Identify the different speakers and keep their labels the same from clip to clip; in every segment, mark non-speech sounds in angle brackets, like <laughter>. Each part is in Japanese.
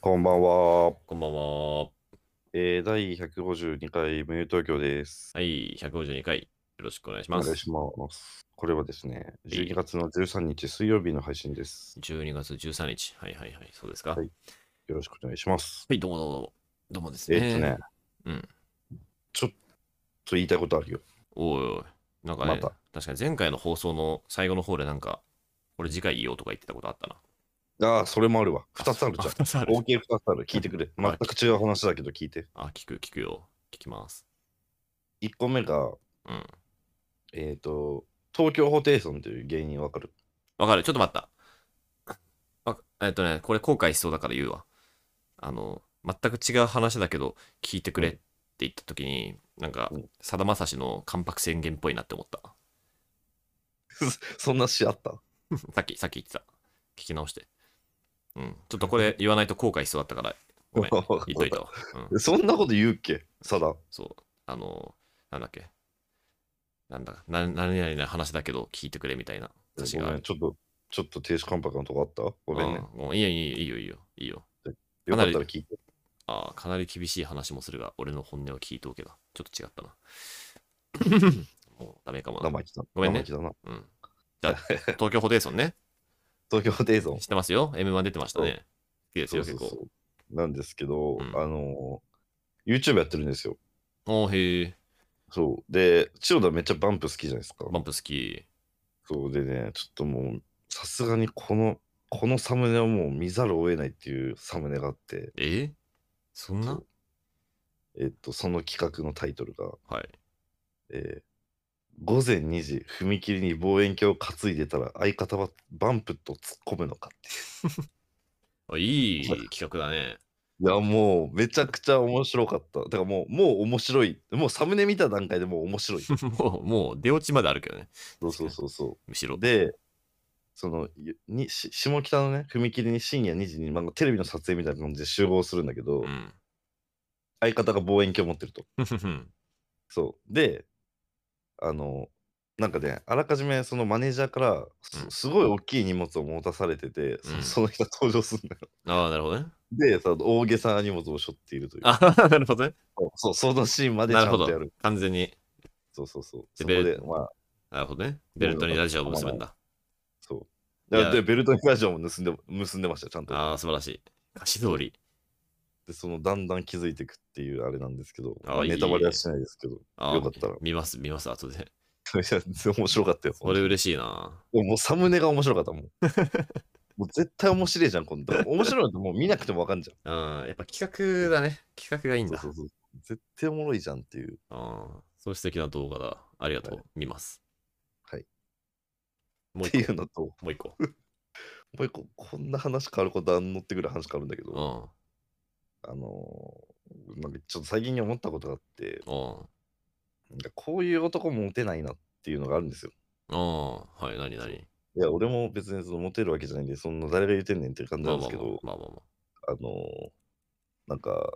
Speaker 1: こんばんは。
Speaker 2: こんばんは。
Speaker 1: えー、第152回無友東京です。
Speaker 2: はい、152回。よろしくお願いし
Speaker 1: お
Speaker 2: ます。
Speaker 1: 願いします。これはですね、12月の13日水曜日の配信です。
Speaker 2: 12月13日。はいはいはい。そうですか。
Speaker 1: は
Speaker 2: はいい、
Speaker 1: よろしくお願いします。
Speaker 2: どうもどうも。どうもです
Speaker 1: え
Speaker 2: ね。
Speaker 1: ーっとね、
Speaker 2: うん。
Speaker 1: ちょっと言いたいことあるよ。
Speaker 2: おいおい。なんか
Speaker 1: ま
Speaker 2: ね、
Speaker 1: た
Speaker 2: 確かに前回の放送の最後の方でなんか、これ次回言おうとか言ってたことあったな。
Speaker 1: ああ、それもあるわ。2つあるじゃん。
Speaker 2: 2つある
Speaker 1: 合。計2つある。聞いてくれ。全く違う話だけど聞いて。
Speaker 2: あ、聞く聞くよ。聞きます。
Speaker 1: 1個目が、
Speaker 2: うん。
Speaker 1: えーっと、東京ホテイソンという芸人わかる。 <laughs>
Speaker 2: わかる。ちょっと待った。あえっとね、これ後悔しそうだから言うわ。あの、全く違う話だけど、聞いてくれって言った時に、なんか
Speaker 1: うん、
Speaker 2: さだまさしの関白宣言っぽいなって思った。
Speaker 1: そんな詩あった
Speaker 2: さっき、さっき言ってた。聞き直して。うん。ちょっとこれ言わないと後悔しそうだったから、ごめん。言っといたわ。うん。
Speaker 1: そんなこと言うっけさだ。
Speaker 2: そう。あのーなんだっけ。なんだな、何々な話だけど聞いてくれみたいな歌詞
Speaker 1: ご
Speaker 2: があ
Speaker 1: めん
Speaker 2: る。
Speaker 1: ちょっと、ちょっと停止関白のとこあったごめんね。
Speaker 2: うんもういいよいいよいいよいいよいいよ。
Speaker 1: よかったら聞いて。
Speaker 2: ああ、かなり厳しい話もするが、俺の本音を聞いておけば。ちょっと違った
Speaker 1: <laughs>
Speaker 2: な。もうダメかもな。
Speaker 1: 生意気だな。
Speaker 2: ごめんね
Speaker 1: 生意気だな。
Speaker 2: うん。じゃあ、東京ホテイソ
Speaker 1: <laughs>
Speaker 2: ンね。
Speaker 1: 東京ホテイソン
Speaker 2: 知。ってますよ。M1 出てましたね。好き <laughs> です
Speaker 1: そう
Speaker 2: よ、
Speaker 1: そ
Speaker 2: 結
Speaker 1: う
Speaker 2: 構。
Speaker 1: そう。なんですけど、
Speaker 2: うん
Speaker 1: あのー、YouTube やってるんですよ。
Speaker 2: おーへえ。
Speaker 1: そう。で、千代田めっちゃバンプ好きじゃないですか。
Speaker 2: バンプ好き。
Speaker 1: そうでね、ちょっともう、さすがにこの、このサムネはもう見ざるを得ないっていうサムネがあって、
Speaker 2: えそんな
Speaker 1: そうえっと、その企画のタイトルが、
Speaker 2: はい。
Speaker 1: えー午前2時、踏切に望遠鏡を担いでたら、相方はバンプと突っ込むのかっていう。
Speaker 2: あいい企画だね。 <laughs>
Speaker 1: いやもうめちゃくちゃ面白かった。だからもうもう面白い。もうサムネ見た段階でもう面
Speaker 2: <laughs>
Speaker 1: 白い。そ
Speaker 2: もう、もう出落ちまであるけどね。
Speaker 1: うそうそうそ
Speaker 2: むしろ。
Speaker 1: う。で、そのゆにし下北のね、踏切に深夜2時に、まあ、テレビの撮影みたいな感じで集合するんだけど、
Speaker 2: うん。 <laughs>
Speaker 1: 相方が望遠鏡持ってると。
Speaker 2: ふふふん
Speaker 1: そう。で、あの、なんかね、あらかじめそのマネージャーから
Speaker 2: うん
Speaker 1: すすごい大きい荷物を持たされてて、そ
Speaker 2: うん
Speaker 1: その人が登場するんだよ。
Speaker 2: ああ、なるほどね。
Speaker 1: で、その大げさな荷物を背負っているという。
Speaker 2: あ <laughs> あ、なるほどね。
Speaker 1: そう、そのシーンまでち
Speaker 2: な
Speaker 1: ゃ
Speaker 2: る
Speaker 1: ん
Speaker 2: ほど
Speaker 1: とやる。。
Speaker 2: 完全に。
Speaker 1: そうそうそう。
Speaker 2: で
Speaker 1: そこで、まあ、
Speaker 2: なるほどね。ベルトにラジオを結ぶんだ。
Speaker 1: そう。
Speaker 2: い
Speaker 1: だ
Speaker 2: や
Speaker 1: で、ベルトにラジオも盗んで、結んでましたよ、ちゃんと。
Speaker 2: ああ、素晴らしい。歌詞通り。
Speaker 1: で、その、だんだん気づいていくっていうあれなんですけど、
Speaker 2: あー
Speaker 1: まあ
Speaker 2: いい
Speaker 1: ネタバレはしないですけど、
Speaker 2: ああ
Speaker 1: よかったら。 <laughs>
Speaker 2: 見ます、見ます、後で。
Speaker 1: いや面白かったよ。
Speaker 2: これ嬉しいな。
Speaker 1: もうサムネが面白か
Speaker 2: <laughs>
Speaker 1: ったもん。もう絶対面白いじゃん、今度。面白いのってもう見なくてもわかんじ
Speaker 2: <laughs>
Speaker 1: ゃ
Speaker 2: うん、やっぱ企画だね。企画がいいん
Speaker 1: ん。
Speaker 2: だ。
Speaker 1: そうそうそう。絶対おもろいじゃんっていう。
Speaker 2: ああ、そういう素敵な動画だ。ありがとう。見ます。
Speaker 1: はい。
Speaker 2: もう
Speaker 1: ってい
Speaker 2: 一個
Speaker 1: う、のと、も
Speaker 2: もう一個。
Speaker 1: う一個、こんな話変わることあん乗ってくる話変わるんだけ
Speaker 2: う
Speaker 1: ど、
Speaker 2: ん。
Speaker 1: あのーなんかちょっと最近に思ったことがあって、
Speaker 2: うん。
Speaker 1: なんかこういう男もモテないなっていうのがあるんですよ。
Speaker 2: うん。はい、何何
Speaker 1: いや、俺も別にそのモテるわけじゃないんで、そんな誰が言うてんねんっていう感じ
Speaker 2: ま
Speaker 1: なんで
Speaker 2: あますあ
Speaker 1: け
Speaker 2: ま
Speaker 1: ど、
Speaker 2: あまあまあま
Speaker 1: あ
Speaker 2: あ。
Speaker 1: のーなんか、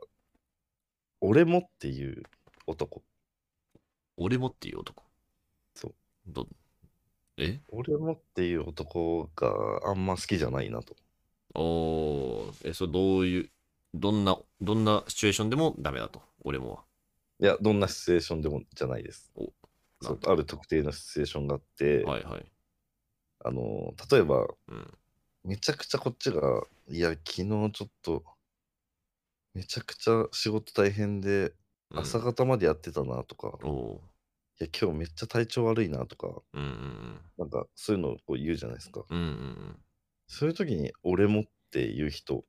Speaker 1: 俺もっていう男、
Speaker 2: 俺もっていう男。
Speaker 1: そう。
Speaker 2: ど、え
Speaker 1: 俺もっていう男があんま好きじゃないなと。
Speaker 2: おーえ、それどういう、どんな、どんなシチュエーションでもダメだと。俺もは。
Speaker 1: いや、どんなシチュエーションでもじゃないです。
Speaker 2: お
Speaker 1: そ
Speaker 2: なん
Speaker 1: う
Speaker 2: だ
Speaker 1: ある特定のシチュエーションがあって、
Speaker 2: はいはい。
Speaker 1: あのー例えば、
Speaker 2: うん。
Speaker 1: めちゃくちゃこっちが、いや、昨日ちょっと、めちゃくちゃ仕事大変で、
Speaker 2: うん
Speaker 1: 朝方までやってたなとか、い
Speaker 2: おー
Speaker 1: や、今日めっちゃ体調悪いなとか、
Speaker 2: うんうん
Speaker 1: なんかそういうのをこう言うじゃないですか。
Speaker 2: うん。うんうん
Speaker 1: <laughs> そういう時に俺もっていう人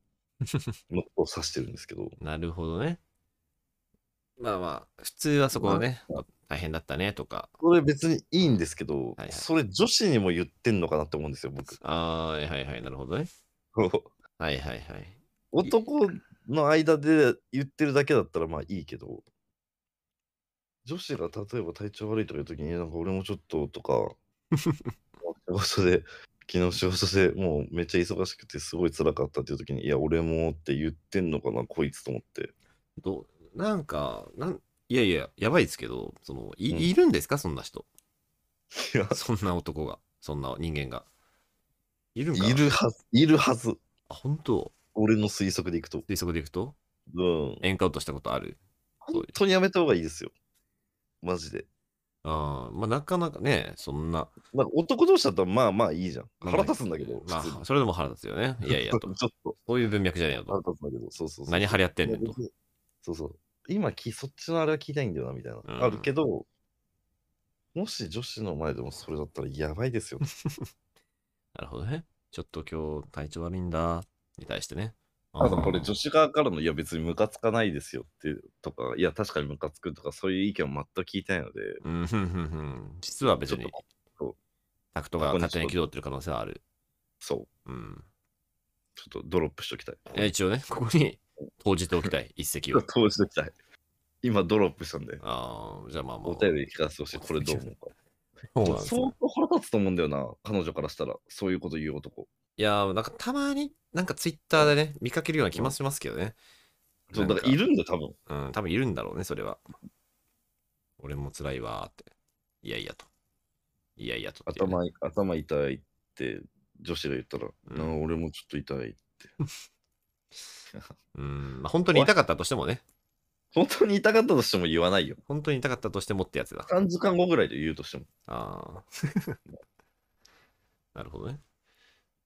Speaker 1: のことを指してるんですけど、
Speaker 2: うん。なるほどね。まあまあ、普通はそこはね、大変だったねとか。
Speaker 1: これ別にいいんですけど、
Speaker 2: はいはい
Speaker 1: それ女子にも言ってんのかなって思うんですよ、僕。 <laughs>
Speaker 2: あーはいはいはい、なるほどね。はいはいはい。
Speaker 1: 男の間で言ってるだけだったらまあいいけど、女子が例えば体調悪いとかいう時に、えなんか俺もちょっとと <laughs> か、仕事で、昨日仕事でもうめっちゃ忙しくてすごい辛かったっていう時に、いや、俺もって言ってんのかな、こいつと思って。 <laughs>
Speaker 2: どなんかなん、いやいや、やばいですけど、そのい,、
Speaker 1: うん
Speaker 2: いるんですか、そんな人。
Speaker 1: いや、
Speaker 2: そんな男が、そんな人間が。いるんかない
Speaker 1: るはず、いるはず。
Speaker 2: あ、本当
Speaker 1: 俺の推測でいくと。
Speaker 2: 推測でいくと、
Speaker 1: うん。
Speaker 2: エンカウントしたことある。
Speaker 1: 本当にやめた方がいいですよ。マジで。
Speaker 2: ああ、まあなかなかね、そんな。
Speaker 1: なんか男同士だったらまあまあいいじゃん。
Speaker 2: まあ
Speaker 1: 腹立つんだけど。
Speaker 2: ま
Speaker 1: 普通に
Speaker 2: あ、それでも腹立つよね。いやいや
Speaker 1: <laughs> ち
Speaker 2: と
Speaker 1: ょ。っと
Speaker 2: そういう文脈じゃねえよ
Speaker 1: 腹 <laughs>
Speaker 2: と。
Speaker 1: 立つんだけど。そうそうそう。
Speaker 2: 何張り合ってんね
Speaker 1: い
Speaker 2: ん
Speaker 1: や
Speaker 2: と
Speaker 1: 別。にそうそう。今き、そっちのあれは聞いたいんだよな、みたいな。
Speaker 2: うん
Speaker 1: あるけど、もし女子の前でもそれだったらやばいですよ。
Speaker 2: なるほどね。ちょっと今日体調悪いんだ。に対してね。
Speaker 1: あとこれ
Speaker 2: ー
Speaker 1: 女子側からの、いや別にムカつかないですよって、とか、いや確かにムカつくとか、そういう意見を全く聞いてないので、
Speaker 2: うん、ふんふんふん。実は別
Speaker 1: ちょ
Speaker 2: に
Speaker 1: っとそう、
Speaker 2: タクトが勝手に起動ってる可能性はある。
Speaker 1: そう、
Speaker 2: うん。
Speaker 1: ちょっとドロップしときたい。
Speaker 2: いや一応ね、ここに <laughs> 投じておきたい、一石
Speaker 1: ちょ
Speaker 2: を
Speaker 1: っ。と投資しときたい。今ドロップしたんで、
Speaker 2: ああ、じゃあまあまあ。
Speaker 1: お便り聞かせてほしい。これどう思うか。
Speaker 2: そ
Speaker 1: ち
Speaker 2: う
Speaker 1: ょ
Speaker 2: な
Speaker 1: っ
Speaker 2: んで
Speaker 1: と
Speaker 2: すよ
Speaker 1: 相当腹立つと思うんだよな、彼女からしたら。そういうこと言う男。
Speaker 2: いやー、なんかたまに、なんかツイッターでね、見かけるような気もしますけどね。
Speaker 1: そう
Speaker 2: な
Speaker 1: だ
Speaker 2: ん
Speaker 1: か
Speaker 2: から
Speaker 1: いるんだよ、多分。
Speaker 2: うん、多分いるんだろうね、それは。俺も辛いわーって。いやいやと。いやいやとっていうね、
Speaker 1: 頭い頭痛いって女子が言ったら、
Speaker 2: うん
Speaker 1: なあ俺もちょっと痛い。
Speaker 2: うん、まあ、本当に痛かったとしてもね。
Speaker 1: 本当に痛かったとしても言わないよ。
Speaker 2: 本当に痛かったとしてもってやつだ。
Speaker 1: 3時間後ぐらいで言うとしても。
Speaker 2: ああ。 <laughs> なるほどね。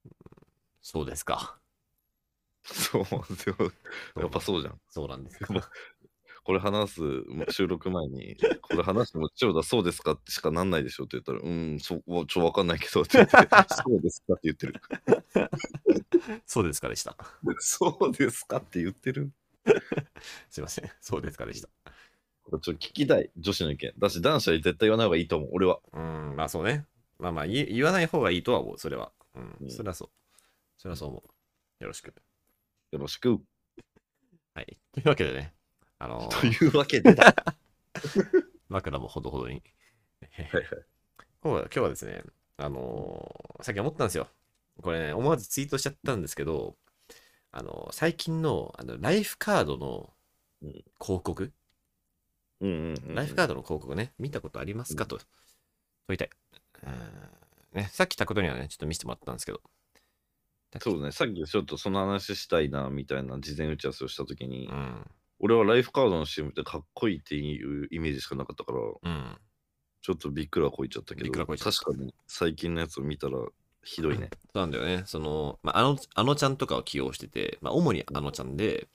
Speaker 2: うんそうですか。
Speaker 1: そう、でも <laughs> やっぱそうじゃん。
Speaker 2: そうなんです
Speaker 1: も
Speaker 2: か。 <laughs>
Speaker 1: これ話すま収録前に、これ話しても、千代田そうですかってしかなんないでしょって言ったら、うん、そう、おちょ、わかんないけ
Speaker 2: <laughs>
Speaker 1: どって言って、そうですかって言ってる。
Speaker 2: そうですかでした。
Speaker 1: そうですかって言ってる。
Speaker 2: すいません。そうですかでした。
Speaker 1: これちょっと聞きたい、女子の意見。だし、男子は絶対言わない方がいいと思う、俺は。
Speaker 2: うん、まあそうね。まあまあ言え言わない方がいいとは思う、それは。う、
Speaker 1: うんん
Speaker 2: それはそう。それはそう思う。よろしく。
Speaker 1: よろしく。
Speaker 2: はい。というわけでね、あのー
Speaker 1: というわけ
Speaker 2: <laughs>
Speaker 1: で、は
Speaker 2: 枕もほどほどに。
Speaker 1: いはい。
Speaker 2: 今日は今日はですね、あのーさっき思ったんですよ。これね、思わずツイートしちゃったんですけど、あのー最近のあのライフカードの
Speaker 1: うん
Speaker 2: 広告、
Speaker 1: うんうんうんうん。
Speaker 2: ライフカードの広告ね、見たことありますかと問いたい。うんね、さっきたことにはね、ちょっと見せてもらったんですけど。
Speaker 1: そうね、さっきちょっとその話したいなみたいな事前打ち合わせをしたときに、
Speaker 2: うん。
Speaker 1: 俺はライフカードの CM ってかっこいいっていうイメージしかなかったから、
Speaker 2: うん。
Speaker 1: ちょっとびっくらこいちゃったけ
Speaker 2: びっくら
Speaker 1: ど、
Speaker 2: こいちゃった
Speaker 1: 確かに最近のやつを見たらひどいね。
Speaker 2: そうなんだよね。その、まあ、あの、あのちゃんとかを起用してて、まあ、主にあのちゃんで、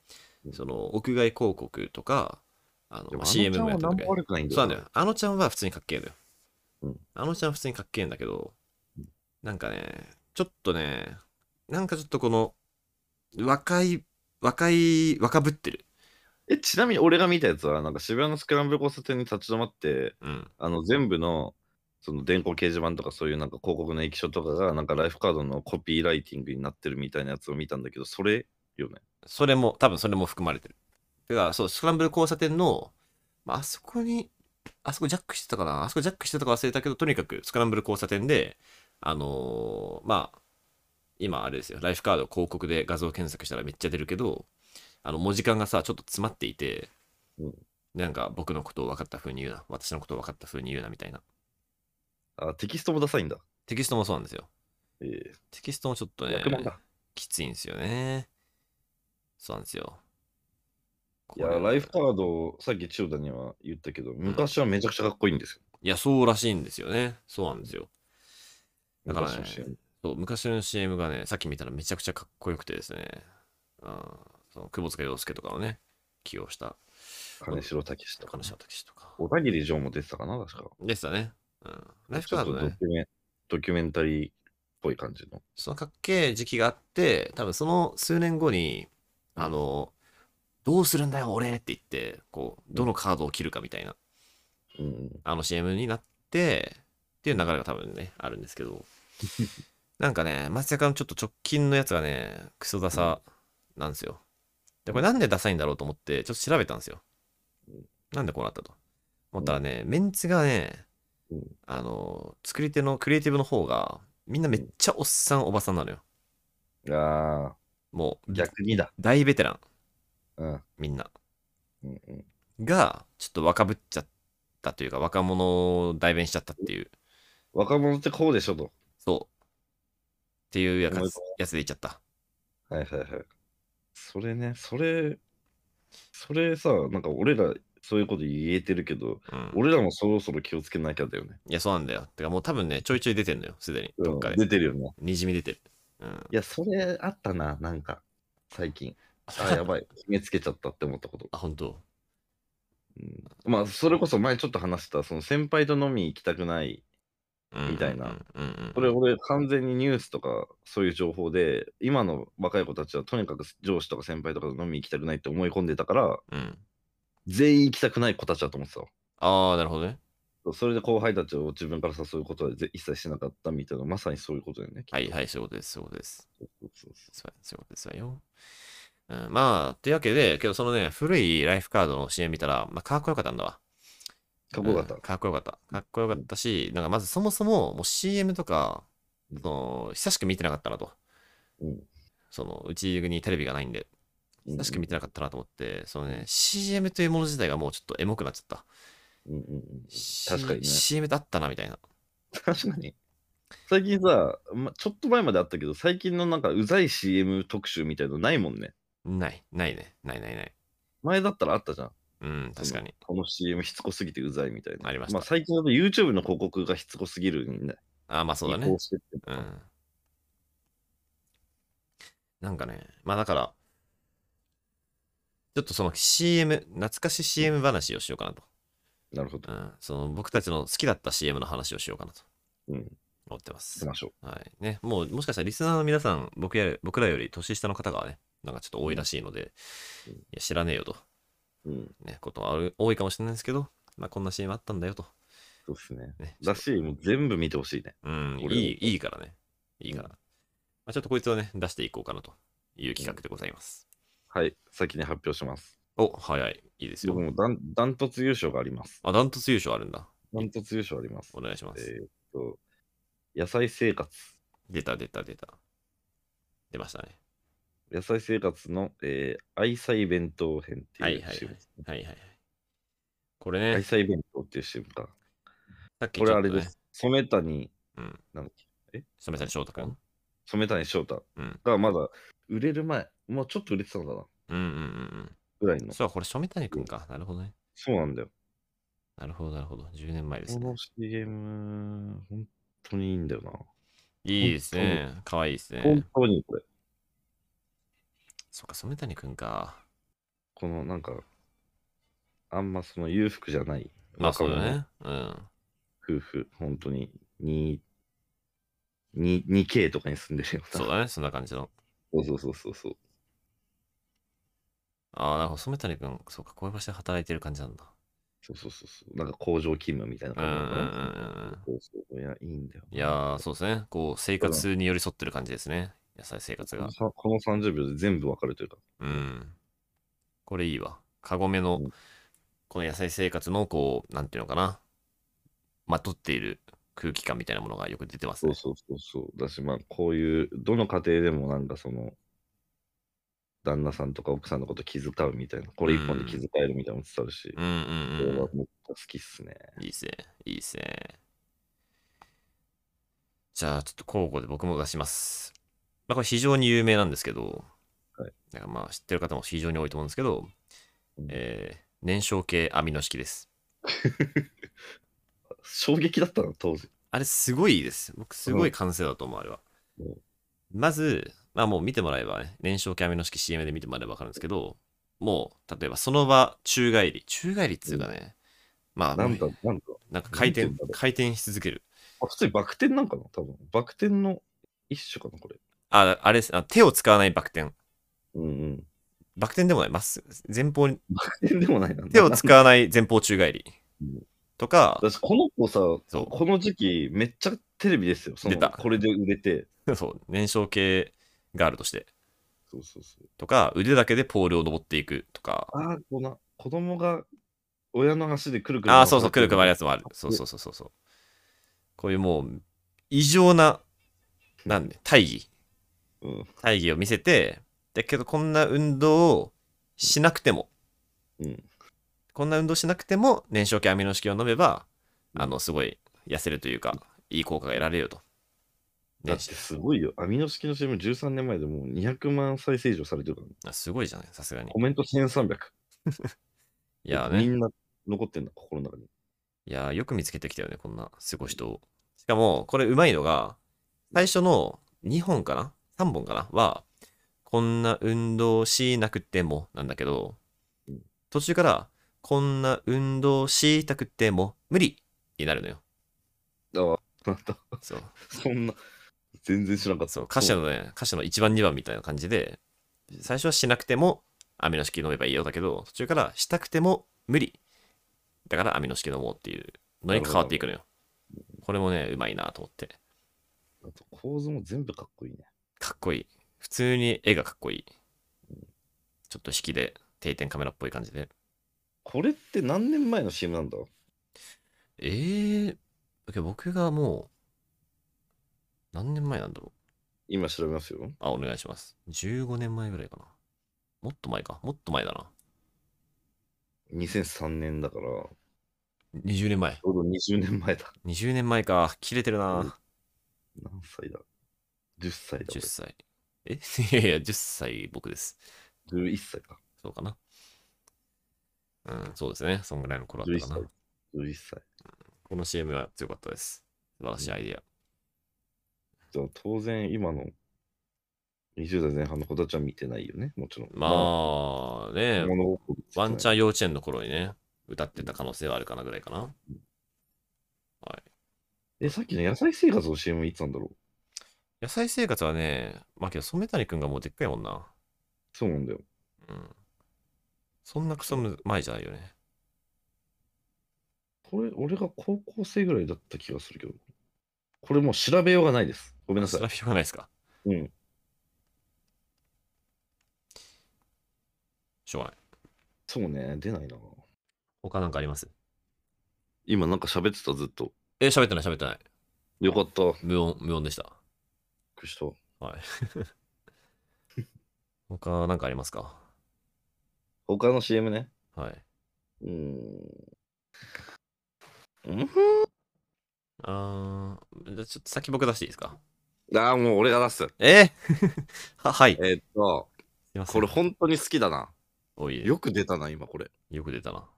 Speaker 1: うん
Speaker 2: その、屋外広告とか、あの、
Speaker 1: で
Speaker 2: ま
Speaker 1: も
Speaker 2: あ、CM もやって
Speaker 1: あ
Speaker 2: る
Speaker 1: の
Speaker 2: ん
Speaker 1: ちゃんは何も悪くないんだ
Speaker 2: そうな
Speaker 1: よ
Speaker 2: ん
Speaker 1: な
Speaker 2: だよ。あのちゃんは普通にかっけえのよ。
Speaker 1: うん
Speaker 2: あのちゃんは普通にかっけえんだけど
Speaker 1: うん、
Speaker 2: なんかね、ちょっとね、なんかちょっとこの、若い、若い、若ぶってる。
Speaker 1: え、ちなみに俺が見たやつは、なんか渋谷のスクランブル交差点に立ち止まって、
Speaker 2: うん。
Speaker 1: あの全部のその電光掲示板とかそういうなんか広告の液晶とかが、なんかライフカードのコピーライティングになってるみたいなやつを見たんだけど、それよね。
Speaker 2: それも、多分それも含まれてる。だから、そう、スクランブル交差点の、まあ、あそこに、あそこジャックしてたかなあそこジャックしてたか忘れたけど、とにかくスクランブル交差点で、あのーまあ、今あれですよ、ライフカード広告で画像検索したらめっちゃ出るけど、あの、文字間がさ、ちょっと詰まっていて、
Speaker 1: うん
Speaker 2: なんか僕のことを分かった風に言うな、私のことを分かった風に言うなみたいな。
Speaker 1: あ、テキストもダサいんだ。
Speaker 2: テキストもそうなんですよ。
Speaker 1: えー
Speaker 2: テキストもちょっとね
Speaker 1: 役、満だ。
Speaker 2: きついんですよね。そうなんですよ。
Speaker 1: いや、
Speaker 2: これ
Speaker 1: ライフカード、さっき千代田には言ったけど、昔はめちゃくちゃかっこいいんですよ。
Speaker 2: いや、そうらしいんですよね。そうなんですよ。だからね
Speaker 1: 昔の CM
Speaker 2: そう昔の CM がね、さっき見たらめちゃくちゃかっこよくてですね。うん、その窪塚洋介とかをね、起用した
Speaker 1: 金城武史とか
Speaker 2: 金。城武史とか。
Speaker 1: 小田切城も出てたかな、確か。
Speaker 2: でしたね。うん。ライフカード
Speaker 1: ちょっ
Speaker 2: ね
Speaker 1: とド、キュメンドキュメンタリーっぽい感じの。
Speaker 2: そのかっけえ時期があって、多分その数年後に、あの、どうするんだよ、俺って言って、こう、どのカードを切るかみたいな、
Speaker 1: うん。
Speaker 2: あの CM になって、っていう流れが多分ね、あるんです
Speaker 1: <laughs>
Speaker 2: けど、なんかね、松坂のちょっと直近のやつがね、クソダサなんですよ。で、これなんでダサいんだろうと思って、ちょっと調べたんですよ
Speaker 1: うん。
Speaker 2: なんでこうなったと。思ったらね、メンツがね
Speaker 1: うん、
Speaker 2: あの、作り手のクリエイティブの方が、みんなめっちゃおっさんおばさんなのよ。
Speaker 1: あ
Speaker 2: も
Speaker 1: ー
Speaker 2: う、
Speaker 1: 逆にだ。
Speaker 2: 大ベテラン、
Speaker 1: うん。
Speaker 2: みんな。
Speaker 1: うんうん、
Speaker 2: が、ちょっと若ぶっちゃったというか、若者を代弁しちゃったっていう。
Speaker 1: 若者ってこうでしょと。
Speaker 2: そう。っていうやつ
Speaker 1: 思い込
Speaker 2: やつで言っちゃった。
Speaker 1: はいはいはい。それね、それ、それさ、なんか俺らそういうこと言えてるけど、
Speaker 2: うん、
Speaker 1: 俺らもそろそろ気をつけなきゃだよね。
Speaker 2: いや、そうなんだよ。てかもう多分ね、ちょいちょい出てんのよ、すでに。どっか
Speaker 1: うん
Speaker 2: で。
Speaker 1: 出てるよね。
Speaker 2: にじみ出てる。うん。
Speaker 1: いや、それあったな、なんか、最 <laughs> 近。あ、やばい。決めつけちゃったって思ったこと。
Speaker 2: あ、本当。
Speaker 1: うんまあ、それこそ前ちょっと話した、その先輩と飲み行きたくない。
Speaker 2: うん
Speaker 1: みたいな。
Speaker 2: うんうんうん。
Speaker 1: これ俺完全にニュースとかそういう情報で、今の若い子たちはとにかく上司とか先輩とかと飲み行きたくないって思い込んでたから、
Speaker 2: うん。
Speaker 1: 全員行きたくない子たちだと思ってたわ
Speaker 2: ああ、なるほどね。
Speaker 1: それで後輩たちを自分から誘うことはぜ一切しなかったみたいな、まさにそういうことだよね。
Speaker 2: はい
Speaker 1: い。
Speaker 2: はい、そういうことです、そういうことです。
Speaker 1: そうそうそ
Speaker 2: そうそういうことですわよ。うん、まあ、というわけで、けどそのね、古いライフカードの CM 見たら、まあ、かっこよかったんだわ。
Speaker 1: うかっこよかった。
Speaker 2: うんかっこよかった。かっこよかったし、なんかまずそもそも、もう CM とか、その、久しく見てなかったなと。
Speaker 1: うん
Speaker 2: その、うちにテレビがないんで、
Speaker 1: うん
Speaker 2: 久しく見てなかったなと思って、そのね、CM というもの自体がもうちょっとエモくなっちゃった。
Speaker 1: うんうんうん、
Speaker 2: 確
Speaker 1: かにね
Speaker 2: CM だったな、みたいな。
Speaker 1: 確かに。最近さ、ま、ちょっと前まであったけど、最近のなんかうざい CM 特集みたいのないもんね。
Speaker 2: ない、ないね。ないないない。
Speaker 1: 前だったらあったじゃん。
Speaker 2: うん、確かに。
Speaker 1: この CM しつこすぎてうざいみたいな。
Speaker 2: ありました
Speaker 1: あ最近だと YouTube の広告がしつこすぎるにね。
Speaker 2: あ、まあそうだ
Speaker 1: 移
Speaker 2: ね
Speaker 1: 行。してって
Speaker 2: うん。なんかね、まあだから、ちょっとその CM、懐かし CM 話をしようかなと。
Speaker 1: なるほど。
Speaker 2: うん、その僕たちの好きだった CM の話をしようかなと
Speaker 1: うん。
Speaker 2: 思ってま
Speaker 1: し
Speaker 2: す。
Speaker 1: ましょ
Speaker 2: はい。ね、もうもしかしたらリスナーの皆さん、僕や僕らより年下の方がね、なんかちょっと多いらしいので、
Speaker 1: うん
Speaker 2: いや知らねえよと、
Speaker 1: う。うん。
Speaker 2: ね、ことはある多いかもしれないですけど、まあこんな CM あったんだよと。
Speaker 1: そうですね。
Speaker 2: ね、
Speaker 1: だし、もう全部見てほしいね。
Speaker 2: うん、
Speaker 1: 俺
Speaker 2: い
Speaker 1: も
Speaker 2: い、いいからね。いいから。
Speaker 1: うん
Speaker 2: まあ、ちょっとこいつをね、出していこうかなという企画でございます。
Speaker 1: はい。先に発表します。
Speaker 2: お、早い。いいです
Speaker 1: 僕
Speaker 2: よ。
Speaker 1: もダンダントツ優勝があります。
Speaker 2: あ、ダントツ優勝あるんだ。
Speaker 1: ダントツ優勝あります
Speaker 2: お。願いします。
Speaker 1: えーっと、野菜生活。
Speaker 2: 出た、出た、出た。出ましたね。
Speaker 1: 野菜生活の、えー愛妻弁当編って
Speaker 2: はいいうはい
Speaker 1: シー
Speaker 2: は
Speaker 1: ン
Speaker 2: い。はいはいはい。これ
Speaker 1: 愛
Speaker 2: ね、
Speaker 1: 妻弁当っていうシーンか。
Speaker 2: さっき
Speaker 1: こ
Speaker 2: ち
Speaker 1: れ
Speaker 2: ょ
Speaker 1: あ
Speaker 2: っと
Speaker 1: れ
Speaker 2: ね
Speaker 1: です。。染谷、
Speaker 2: うん
Speaker 1: なんだっけ
Speaker 2: 染谷翔太君。
Speaker 1: 染谷翔太
Speaker 2: うん。
Speaker 1: がまだ売れる前、もうちょっと売れてたんだな、
Speaker 2: うんうんうん
Speaker 1: ぐらいうの
Speaker 2: ん。。そう、これ染谷君か。なるほどね。
Speaker 1: そうなんだよ。
Speaker 2: なるほど、なるほど。10年前です
Speaker 1: こ
Speaker 2: ね
Speaker 1: の。CM、本当にいいんだよな。
Speaker 2: いいですね。かわいいですね
Speaker 1: 本。当にこれ。
Speaker 2: そっか、染谷君か。
Speaker 1: このなんか、あんまその裕福じゃない
Speaker 2: まあ
Speaker 1: 若
Speaker 2: そう
Speaker 1: 者
Speaker 2: だね。うん。
Speaker 1: 夫婦、本当に、に、に、2K とかに住んでるような。
Speaker 2: そうだね。そんな感じの。
Speaker 1: そうそうそうそう。
Speaker 2: ああ、なるほど。染谷君、そうか、声場所で働いてる感じなんだ。
Speaker 1: そうそうそうそう。なんか工場勤務みたいな
Speaker 2: うんうんう
Speaker 1: 感
Speaker 2: ん
Speaker 1: じなのかな。
Speaker 2: うんうん。
Speaker 1: そうそう。いや、いいんだよ。
Speaker 2: いやー、そうですね。こう、生活に寄り添ってる感じですね。野菜生活
Speaker 1: こ
Speaker 2: が
Speaker 1: の。さこの30秒で全部わかるというか。
Speaker 2: うん。これいいわ。カゴメの
Speaker 1: うん、
Speaker 2: この野菜生活の、こう、なんていうのかな。まとっている空気感みたいなものがよく出てます
Speaker 1: そう
Speaker 2: ね。
Speaker 1: そうそうそう。だし、まあ、こういう、どの家庭でもなんかその、旦那さんとか奥さんのこと気遣うみたいな、これ一本で気遣えるみたいなのも伝わるし、
Speaker 2: うんうん
Speaker 1: これ
Speaker 2: うん
Speaker 1: は
Speaker 2: う
Speaker 1: めっちゃ好きっすね。
Speaker 2: ん。いいっすね。いいっすね。じゃあ、ちょっと交互で僕も出します。まあ、これ非常に有名なんですけど、
Speaker 1: はい
Speaker 2: だからまあ、知ってる方も非常に多いと思うんですけど、
Speaker 1: うん
Speaker 2: えー燃焼系アミノ式です。
Speaker 1: 衝撃だったな、当時。
Speaker 2: あれすごいいいです。僕すごい完成だと思う、あれは
Speaker 1: うん。
Speaker 2: まず、まあもう見てもらえばね、燃焼系アミノ式 CM で見てもらえばわかるんですけど、もう、例えばその場、宙返り、宙返りっていうかね、まあ、
Speaker 1: な
Speaker 2: も
Speaker 1: んだ
Speaker 2: う、
Speaker 1: なんだ
Speaker 2: なんか回転
Speaker 1: なんて言うんだろ、う
Speaker 2: 回転し続ける。
Speaker 1: あ普通にバク転なんかな多分。バク転の一種かな、これ。
Speaker 2: あ、あれですあ手を使わないバク転。
Speaker 1: うんうん。 <laughs>
Speaker 2: バク転でもない、まっすぐ、前方に、
Speaker 1: バク転でもないな。
Speaker 2: 手を使
Speaker 1: う。
Speaker 2: わない前方宙返り
Speaker 1: うん。
Speaker 2: とか、 <laughs>
Speaker 1: 私、この子さ、
Speaker 2: そう
Speaker 1: この時期、めっちゃテレビですよ。その
Speaker 2: 出た
Speaker 1: これで売れて。
Speaker 2: そう、燃焼系ガールとして。
Speaker 1: そうそうそう。
Speaker 2: とか、腕だけでポールを登っていくとか、
Speaker 1: ああ、この子供が親の足でくるくる
Speaker 2: ああ、そうそう、くるくる回るや
Speaker 1: つ。
Speaker 2: つもある。そうそうそうそうそう。こういうもう、異常な、なんで、大義。
Speaker 1: うん
Speaker 2: 大義を見せて、だけどこんな運動をしなくても、
Speaker 1: うん。
Speaker 2: こんな運動しなくても、燃焼系アミノ式を飲めば、
Speaker 1: うん
Speaker 2: あの、すごい痩せるというか、いい効果が得られると。
Speaker 1: だっ
Speaker 2: ね
Speaker 1: て、すごいよ。アミノ式の CM 13年前でもう200万再生以上されてるからね、
Speaker 2: あすごいじゃない、さすがに
Speaker 1: コ。メント1300。
Speaker 2: いやー
Speaker 1: み
Speaker 2: ね、
Speaker 1: んな残ってんだ、心の中に。
Speaker 2: いやーよく見つけてきたよね、こんなすごい人を。しかも、これうまいのが、最初の2本かな ?3 本かなは、こんな運動しなくてもなんだけど
Speaker 1: うん、
Speaker 2: 途中から、こんな運動したくても無理になるのよ。
Speaker 1: ああ、なんだ。
Speaker 2: そう。
Speaker 1: そんな、全然知らなかった。
Speaker 2: そう歌詞のね、歌詞の1番2番みたいな感じで、最初はしなくてもアミノ式飲めばいいよだけど、途中からしたくても無理。だからアミノ式飲もうっていうのに変わっていくのよ。これもね、うまいなと思って。
Speaker 1: あと構図も全部かっこいいね。
Speaker 2: かっこいい。普通に絵がかっこいい。ちょっと引きで定点カメラっぽい感じで。
Speaker 1: これって何年前の CM なんだ
Speaker 2: えー、だけど僕がもう、何年前なんだろ
Speaker 1: 今調べますよ。
Speaker 2: う。あ、お願いします。15年前ぐらいかな。もっと前か。もっと前だな。
Speaker 1: 2003年だから、ちょ
Speaker 2: 20年前。
Speaker 1: うど20年前だ。 <laughs>
Speaker 2: 20年前か。切れてる
Speaker 1: うん
Speaker 2: な。
Speaker 1: 何歳だ ?10 歳だ
Speaker 2: 10。歳。え <laughs> いやいや、10歳僕です。
Speaker 1: 俺11歳か。
Speaker 2: そうかな。うん、そうですね。そんぐらいの頃だったか
Speaker 1: 11
Speaker 2: な
Speaker 1: 歳。11歳。
Speaker 2: この CM は強かったです。素晴らしいアイディア。
Speaker 1: でも当然、今の20代前半の子たちは見てないよね、もちろん。
Speaker 2: まあ、ね、
Speaker 1: 物心つかな
Speaker 2: ワ
Speaker 1: い
Speaker 2: ンチャン幼稚園の頃にね、歌ってた可能性はあるかなぐらいかな。
Speaker 1: え、さっきの野菜生活の CM いつなんだろう
Speaker 2: 野菜生活はね、まあけど染谷くんがもうでっかいもんな。
Speaker 1: そうなんだよ。
Speaker 2: うん。そんなクソむ前じゃないよね。
Speaker 1: これ、俺が高校生ぐらいだった気がするけど。これもう調べようがないです。ごめんなさ
Speaker 2: そ
Speaker 1: い
Speaker 2: れは。しょうがないですか。
Speaker 1: うん。
Speaker 2: しょうがない。
Speaker 1: そうね、出ないな。
Speaker 2: 他なんかあります
Speaker 1: 今なんか喋ってた、ずっと。
Speaker 2: え、喋ってない喋ってない。
Speaker 1: よかった。びっ
Speaker 2: 無音、無音でした。
Speaker 1: くりした。
Speaker 2: はい。他なんかありますか
Speaker 1: 他の CM ね。
Speaker 2: はい。
Speaker 1: うーん。うん
Speaker 2: あー、じゃあちょっと先僕出していいですか
Speaker 1: ああ、もう俺が出す。
Speaker 2: え <laughs> は、はい。す
Speaker 1: えーっと、
Speaker 2: いません。
Speaker 1: これ本当に好きだな。
Speaker 2: おいえ、よ
Speaker 1: よく出たな、今これ。
Speaker 2: く出たな。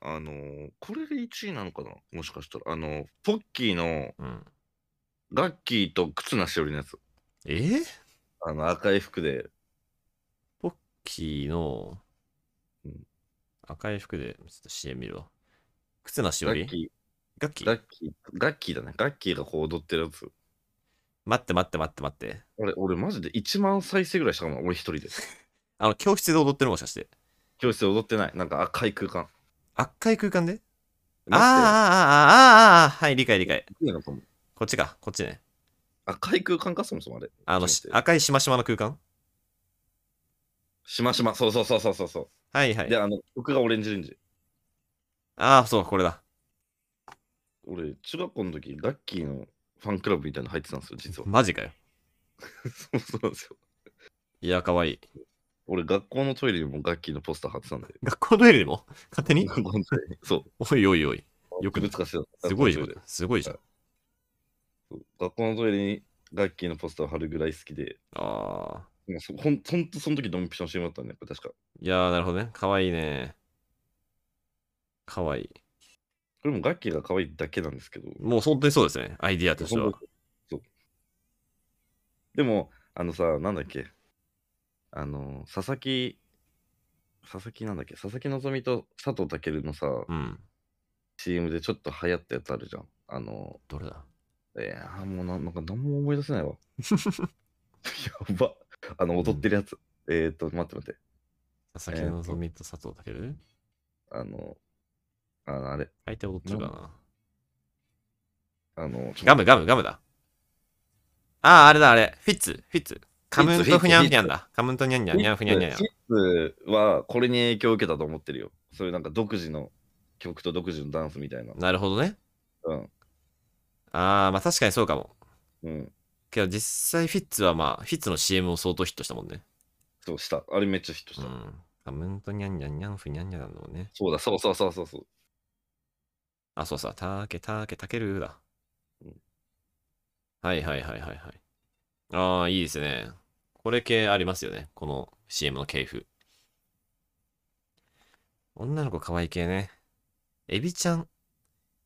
Speaker 1: あのーこれで1位なのかなもしかしたら。あのーポッキーの
Speaker 2: うん。
Speaker 1: ガッキーと忽那しおりのやつ。
Speaker 2: えー、
Speaker 1: あの赤い服で、
Speaker 2: ポッキーの
Speaker 1: うん
Speaker 2: 赤い服で、ちょっと CM 見るわ。忽那しお
Speaker 1: ガ
Speaker 2: り
Speaker 1: ッキ
Speaker 2: ガッキ
Speaker 1: ー、
Speaker 2: ー
Speaker 1: ガッキー、ガッキーだね。ガッキーがこう踊ってるやつ。
Speaker 2: 待って待って待って待って。
Speaker 1: あれ、俺マジで1万再生ぐらいしたかも、俺一人で。
Speaker 2: あの、教室で踊ってるのもしかして。
Speaker 1: 教室で踊ってない。なんか赤い空間。
Speaker 2: 赤い空間であーあーあー
Speaker 1: あ
Speaker 2: あーあーあーはい、理解理解。こっちか、こっちね。
Speaker 1: 赤い空間か、そもそもあれ。
Speaker 2: あの、
Speaker 1: ち
Speaker 2: し
Speaker 1: ょっと待って
Speaker 2: 赤いしましまの空間
Speaker 1: しましま、そうそうそうそうそうそ
Speaker 2: はいは
Speaker 1: う。
Speaker 2: い
Speaker 1: で、。あの、服がオレンジレンジ。
Speaker 2: ああ、そう、これだ。
Speaker 1: 俺、中学校の時、ガッキーのファンクラブみたいなの入ってたんですよ、実は。
Speaker 2: <laughs> マジかよ。
Speaker 1: そうそうなんですよ。
Speaker 2: いや、かわいい。
Speaker 1: 俺、学校のトイレにもガッキーのポスター貼ってたんで。
Speaker 2: <laughs> 学校のトイレでも勝手に
Speaker 1: 学校のトイレそ
Speaker 2: おいおいおい。
Speaker 1: う。
Speaker 2: よく
Speaker 1: ぶつかしてた。
Speaker 2: すごいじゃ
Speaker 1: 学校のトイ
Speaker 2: ん
Speaker 1: レ。
Speaker 2: すごいじゃん。
Speaker 1: そう学校のトイレにガッキーのポスター貼るぐらい好きで、
Speaker 2: ああ。
Speaker 1: もうそ <laughs> ほんほんとその時ドンピシャの CM だったんだよ、これ確か。
Speaker 2: いやー、なるほどね。かわいいね。かわいい。
Speaker 1: これもガッキーが可愛いだけなんですけど。
Speaker 2: もう本当にそうですね。アイディアとしては。
Speaker 1: そう。でも、あのさ、なんだっけ。あの、佐々木、佐々木なんだっけ、佐々木希と佐藤健のさ、
Speaker 2: うん。
Speaker 1: CM でちょっと流行ったやつあるじゃん。あの、
Speaker 2: どれだ
Speaker 1: えー、もうななんか何も思い出せないわ。やば。あの、踊ってるやつ。えー、っと、待って待って。
Speaker 2: 佐々木希と佐藤健
Speaker 1: あの、あの、あれ。
Speaker 2: 相手踊ってるかな
Speaker 1: あの、ちょ
Speaker 2: ガムガムガムだ。ああ、あれだあれ。フィッツ、フィッツ。カムンとふにゃんふにゃんだ。カムンとにゃんにゃんにゃんふにゃんにゃんにゃん
Speaker 1: キ。ッズはこれに影響を受けたと思ってるよ。そういうなんか独自の曲と独自のダンスみたいな。
Speaker 2: なるほどね。
Speaker 1: うん。
Speaker 2: ああ、まあ確かにそうかも。
Speaker 1: うん。
Speaker 2: けど実際フィッツはまあ、フィッツの CM も相当ヒットしたもんね。
Speaker 1: そうした。あれめっちゃヒットし
Speaker 2: う
Speaker 1: た。
Speaker 2: ん。カムンとにゃんにゃんにゃんふにゃんにゃんなんだもんね。
Speaker 1: そうだ、そうそうそうそうそう。
Speaker 2: あ、そうさ、たーけたーけたけるーだ
Speaker 1: うん。
Speaker 2: はいはいはいはいはい。ああ、いいですね。これ系ありますよね。この CM の系譜。女の子可愛い系ね。エビちゃん。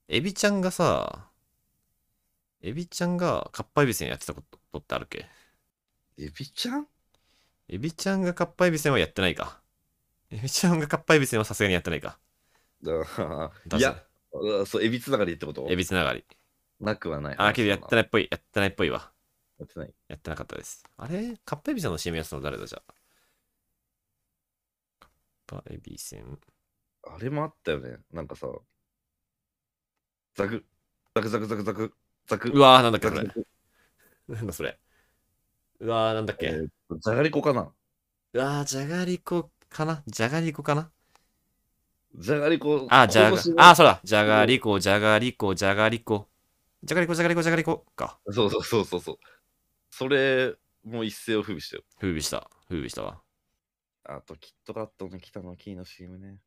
Speaker 2: エビちゃんがさ、エビちゃんがかっぱえびせんやってたことことってあるっけ
Speaker 1: エビちゃん <laughs>
Speaker 2: エビちゃんがかっぱえびせんはやってないか。エビちゃんがかっぱえびせんはさすがにやってないか。
Speaker 1: だ
Speaker 2: だ
Speaker 1: い
Speaker 2: ぜ
Speaker 1: や、あそう、エビつながりってこと
Speaker 2: エビつながり。
Speaker 1: なくはない。
Speaker 2: あー、けどやって
Speaker 1: ない。
Speaker 2: ないっぽい。やってないっぽいわ。
Speaker 1: やってない。
Speaker 2: やってなかったです。あれカッパエビさんの CM やつの誰だじゃあ。カッパエビせん。
Speaker 1: あれもあったよね。なんかさ、ザク、ザクザクザクザク、ザク、
Speaker 2: うわー、なんだっけ
Speaker 1: ザ
Speaker 2: そ
Speaker 1: ク
Speaker 2: れ
Speaker 1: ザ。ク、
Speaker 2: なんだそれ。うわー、なんだっけ。
Speaker 1: えーじゃがりこかな
Speaker 2: うわー、じゃがりこかなじゃがりこかな
Speaker 1: じゃがりこ、
Speaker 2: あー、じゃが
Speaker 1: ここし、
Speaker 2: あー、そうだ。じゃがりこ、じゃがりこ、じゃがりこ。じゃがりこ、じゃがりこ、じゃがりこ。か。
Speaker 1: そうそうそうそうそう。それも一世を風靡したよ。
Speaker 2: 風靡した。風靡したわ。
Speaker 1: あと、キットカットの北野キーの CM ね。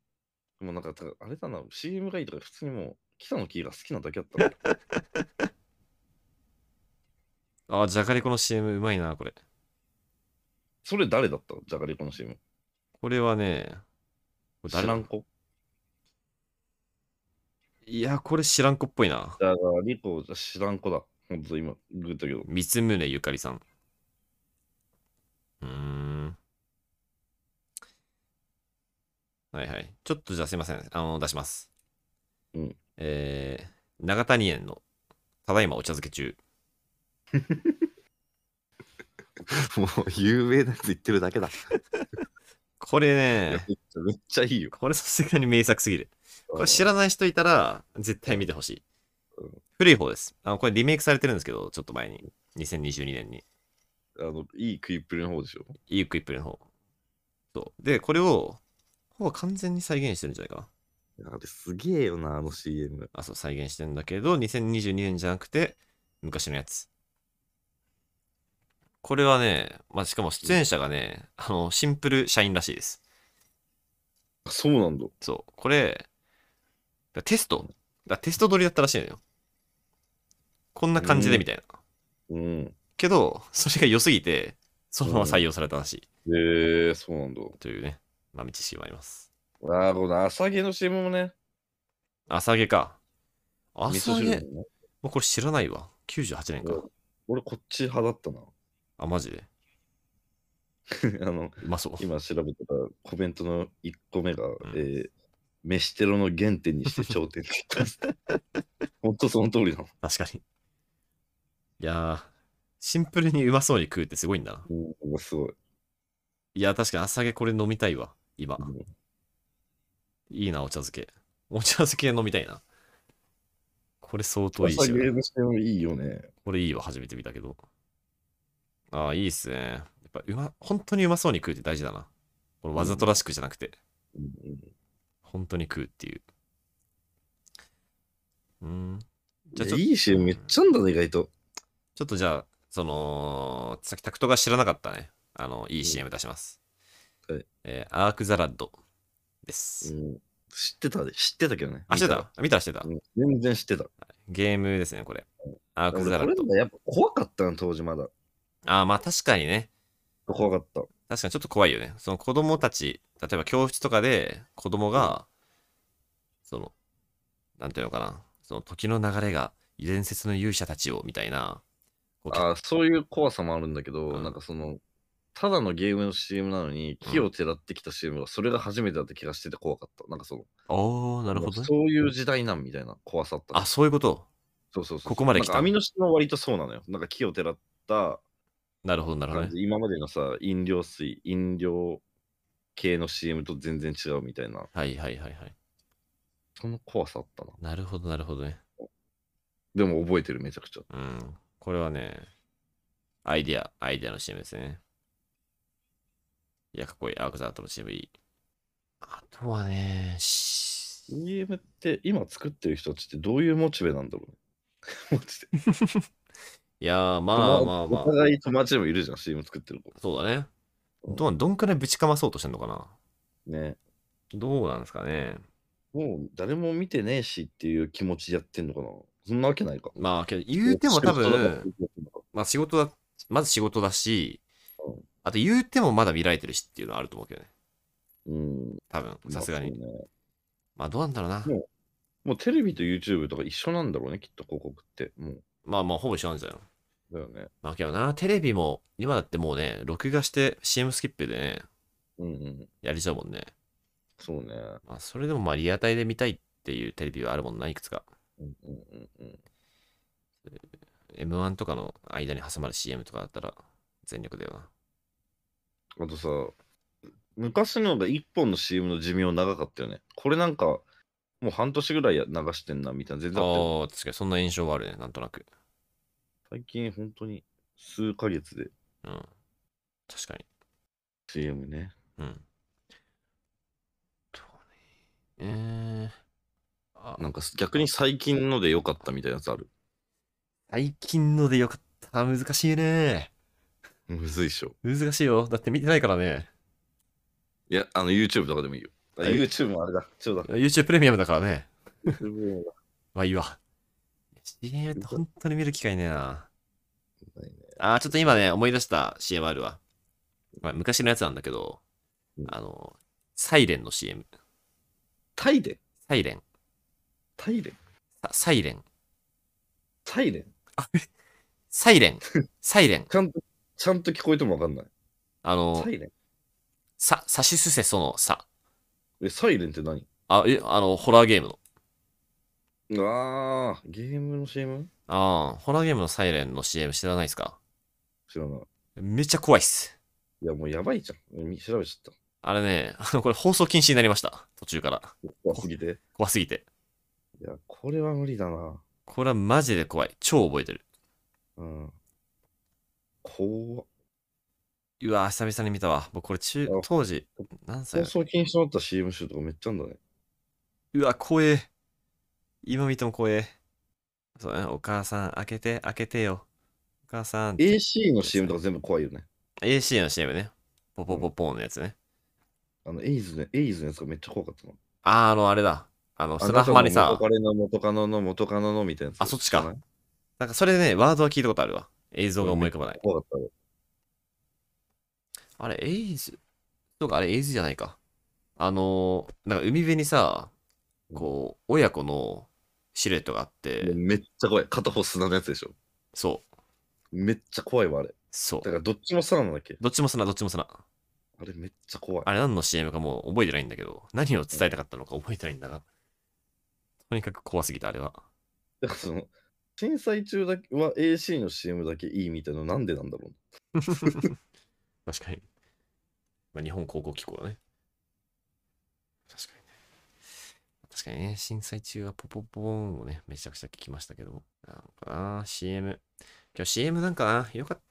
Speaker 1: もうなんか、たあれだな、CM がいいとか、普通にもう、北野キーが好きなだけだった <laughs> な
Speaker 2: あー、じゃがりこの CM うまいな、これ。
Speaker 1: それ誰だったじゃがりこの CM。
Speaker 2: これはね、これ
Speaker 1: 知
Speaker 2: 誰だ
Speaker 1: らん子
Speaker 2: いや、これ知らんこっぽいな。
Speaker 1: じゃがりこ、知らん子だ。ほんと今、グッとけ <laughs> ど。
Speaker 2: 三宗ゆかりさん。うーん。はいはい。ちょっとじゃあすいません。あの、出します。
Speaker 1: うん
Speaker 2: えー、長谷園の、ただいまお茶漬け中。
Speaker 1: もう、有名なやつ言ってるだけだ。
Speaker 2: これ
Speaker 1: めっ
Speaker 2: ね、
Speaker 1: ちゃめっちゃいいよ。
Speaker 2: これさすがに名作すぎる。これ知らない人いたら、絶対見てほしい
Speaker 1: うん。
Speaker 2: 古い方です。あの、これリメイクされてるんですけど、ちょっと前に。2022年に。
Speaker 1: あの、いい食いっぷりの方でしょ。
Speaker 2: いいクイップルの方。そう。で、これを、ほぼ完全に再現してるんじゃないかな。
Speaker 1: あれすげえよな、あの CM。
Speaker 2: あ、そう、再現してんだけど、2022年じゃなくて、昔のやつ。これはね、まあ、しかも出演者がね、あの、シンプル社員らしいです。
Speaker 1: あそうなんだ。
Speaker 2: そう、これ、だテストだテスト撮りだったらしいのよ。こんな感じでみたいな。
Speaker 1: うん。
Speaker 2: けど、それが良すぎて、そのまま採用されたらしい。
Speaker 1: へえそうなんだ。
Speaker 2: というね、豆知識もあります。
Speaker 1: ああ、この朝毛の CM もね。
Speaker 2: 朝毛か。
Speaker 1: 味
Speaker 2: 朝
Speaker 1: 噌汁
Speaker 2: 毛、
Speaker 1: のね
Speaker 2: もうこれ知らないわ。98年か。
Speaker 1: 俺こっち派だった
Speaker 2: あ、マジで。
Speaker 1: <laughs> な。あの、
Speaker 2: うまそう。
Speaker 1: 今調べたらコメントの1個目が、
Speaker 2: ん
Speaker 1: えー飯テロの原点にして頂点って言
Speaker 2: <laughs>
Speaker 1: ったんです。本当その通りなの。
Speaker 2: 確かに。いやー、シンプルにうまそうに食うってすごいんだな。
Speaker 1: うん、すごい。
Speaker 2: いや、確かに朝毛これ飲みたいわ、今
Speaker 1: う。ん
Speaker 2: いいな、お茶漬け。お茶漬け飲みたいな。これ相当いい
Speaker 1: 朝
Speaker 2: し
Speaker 1: 毛、の CM いいよね。
Speaker 2: これいいわ、初めて見たけど。ああ、いいっすね。やっぱうま、本当にうまそうに食うって大事だな。これわざとらしくじゃなくて、
Speaker 1: うんうん
Speaker 2: 本当に食うっていう。うん。じゃ
Speaker 1: い
Speaker 2: あち
Speaker 1: や
Speaker 2: ょ
Speaker 1: いい CM めっちゃあんだね、意外と。
Speaker 2: ちょっとじゃあ、その、さっきタクトが知らなかったね。あの、いい CM 出します。
Speaker 1: はい
Speaker 2: えーアークザラッド
Speaker 1: う
Speaker 2: です。
Speaker 1: ん知ってたで、知ってたけどね。
Speaker 2: あ、知って
Speaker 1: 見
Speaker 2: た見た知ってた
Speaker 1: ら、うん全然知ってた。
Speaker 2: ゲームですね、これ。アーク
Speaker 1: 俺
Speaker 2: ザラ
Speaker 1: これ
Speaker 2: ッド。
Speaker 1: やっぱ怖かったな、当時まだ。
Speaker 2: あー、まあ確かにね。
Speaker 1: 怖かった。
Speaker 2: 確かにちょっと怖いよね。その子供たち、例えば教室とかで子供が、その、なんていうのかな。その時の流れが伝説の勇者たちを、みたいな。こう
Speaker 1: あーそういう怖さもあるんだけど、
Speaker 2: うん
Speaker 1: なんかその、ただのゲームの CM なのに、
Speaker 2: うん
Speaker 1: 木をてらってきた CM が、それが初めてだった気がしてて怖かった。なんかその、
Speaker 2: おー、なるほどね。
Speaker 1: そういう時代なんみたいな怖さあった。
Speaker 2: あ、そういうこと。
Speaker 1: そうそうそう。
Speaker 2: ここまで来た
Speaker 1: なんか網の下も割とそうなのよ。なんか木をてらった
Speaker 2: なるほど、なるほど
Speaker 1: 感
Speaker 2: ね
Speaker 1: じ、。今までのさ、飲料水、飲料系の CM と全然違うみたいな、
Speaker 2: はいはいはいはい。
Speaker 1: その怖さあったな。
Speaker 2: なるほど、なるほどね。
Speaker 1: でも覚えてる、めちゃくちゃ。
Speaker 2: うん。これはね、アイディア、アイディアの CM ですね。いや、かっこいい。アークザートの CM いい。あとはね、し
Speaker 1: CM って今作ってる人たちってどういうモチベなんだろうね。マ <laughs> ジで
Speaker 2: いやー、まあまあまあ
Speaker 1: お、互い友達でもいるじゃん、CM 作ってる子。
Speaker 2: そうだね。どうどんくらいぶちかまそうとしてんのかな
Speaker 1: ね。
Speaker 2: どうなんですかね。
Speaker 1: もう誰も見てねえしっていう気持ちでやってんのかな。そんなわけないか。
Speaker 2: まあ、けど言うても多分、まあ仕事だ、まず仕事だし
Speaker 1: うん、
Speaker 2: あと言うてもまだ見られてるしっていうのはあると思うけどね。
Speaker 1: うん。
Speaker 2: 多分、さすがに。
Speaker 1: まあそうね
Speaker 2: まあどうなんだろうな
Speaker 1: う。んもうテレビと YouTube とか一緒なんだろうね、きっと広告って。もう。
Speaker 2: まあまあほぼ一緒なんじゃないの
Speaker 1: だよね。
Speaker 2: まあけどな、テレビも、今だってもうね、録画して CM スキップでね、
Speaker 1: うんうん。
Speaker 2: やりちゃうもんね。
Speaker 1: そうね。
Speaker 2: まあそれでもまあリアタイで見たいっていうテレビはあるもんな、いくつか。
Speaker 1: うんうんうんうん。
Speaker 2: M1 とかの間に挟まる CM とかだったら全力だよな。
Speaker 1: あとさ、昔のが1本の CM の寿命長かったよね。これなんか、もう半年ぐらいや流してんな、みたいな。全然あって
Speaker 2: ああ、確かにそんな印象はあるね、なんとなく。
Speaker 1: 最近本当に数ヶ月で
Speaker 2: うん。確かに。
Speaker 1: CM ね。
Speaker 2: うん。そうね。えー、あ
Speaker 1: なんか逆に最近ので良かったみたいなやつある。
Speaker 2: 最近のでよかった。難しいね。
Speaker 1: むずいっしょ。
Speaker 2: 難しいよ。だって見てないからね。
Speaker 1: いや、あの YouTube とかでもいいよ。あ
Speaker 2: はい
Speaker 1: YouTube もあれだ。そうだ。
Speaker 2: YouTube プレミアムだからね。
Speaker 1: YouTube も
Speaker 2: まあいいわ。CM って本当に見る機会ねえな。
Speaker 1: ないね
Speaker 2: あー、ちょっと今ね、思い出した CM あるわ。まあ、昔のやつなんだけど
Speaker 1: うん、
Speaker 2: あの、サイレンの CM。
Speaker 1: <laughs> タイで
Speaker 2: サイレン。
Speaker 1: タイで
Speaker 2: さサイレン。
Speaker 1: タイで
Speaker 2: サイレ <laughs> ン。サイレン。
Speaker 1: ちゃんと、ちゃんと聞こえてもわかんない。
Speaker 2: あの
Speaker 1: サ、イレン
Speaker 2: さ、さしすせそのさ。
Speaker 1: え、サイレンって何
Speaker 2: あ、え、あの、ホラーゲームの。
Speaker 1: ああ、ゲームの CM?
Speaker 2: ああ、ホラーゲームのサイレンの CM 知らないですか
Speaker 1: 知らない。
Speaker 2: めっちゃ怖いっす。
Speaker 1: いや、もうやばいじゃん。み調べちゃっ
Speaker 2: あれね、あの、これ放送禁止になりました。途中から。
Speaker 1: た。怖すぎて。
Speaker 2: 怖すぎて。
Speaker 1: いや、これは無理だな。
Speaker 2: これはマジで怖い。超覚えてる。
Speaker 1: うん。怖っ
Speaker 2: うわー、久々に見たわ。僕これ中
Speaker 1: あ、
Speaker 2: 当時、何歳
Speaker 1: 放送禁止になった CM 集とかめっちゃあんだね。
Speaker 2: うわ、怖え。今見ても怖え。そうだね、お母さん、開けて、開けてよ。お母さん。
Speaker 1: AC の CM とか全部怖いよね。
Speaker 2: AC の CM ね。ポポポポーンのやつね。
Speaker 1: あの、エイズね、エイズのやつがめっちゃ怖かったの。
Speaker 2: あー、あの、あれだ。あの、
Speaker 1: あ
Speaker 2: 砂浜に
Speaker 1: なた、の
Speaker 2: さ
Speaker 1: 元カレの元カノの元カノのみたいなやつ。
Speaker 2: あそっちかなんかそれでね、ワードは聞いたことあるわ。映像が思い浮かばない。
Speaker 1: 怖かったね。
Speaker 2: あれ、エイズとか、あれ、エイズじゃないか。あのー、なんか海辺にさ、こう、親子のシルエットがあって、
Speaker 1: めっちゃ怖い。片方砂のやつでしょ。
Speaker 2: そう、
Speaker 1: めっちゃ怖いわ、あれ。
Speaker 2: そ
Speaker 1: だ
Speaker 2: う。
Speaker 1: からどっちも砂なんだっけ
Speaker 2: どっちも砂、どっちも砂。
Speaker 1: あれめっちゃ怖い。
Speaker 2: あれ何の CM かもう覚えてないんだけど、何を伝えたかったのか覚えてないんだが。とにかく怖すぎた、あれは。
Speaker 1: だからその、震災中だけは AC の CM だけいいみたいなのなんでなんだろう。
Speaker 2: 確かに。まあ、日本高校機構だね。確かにね。確かにね、震災中はポポポーンをね、めちゃくちゃ聞きましたけども。なんかな、CM。今日 CM なんかな、よかった。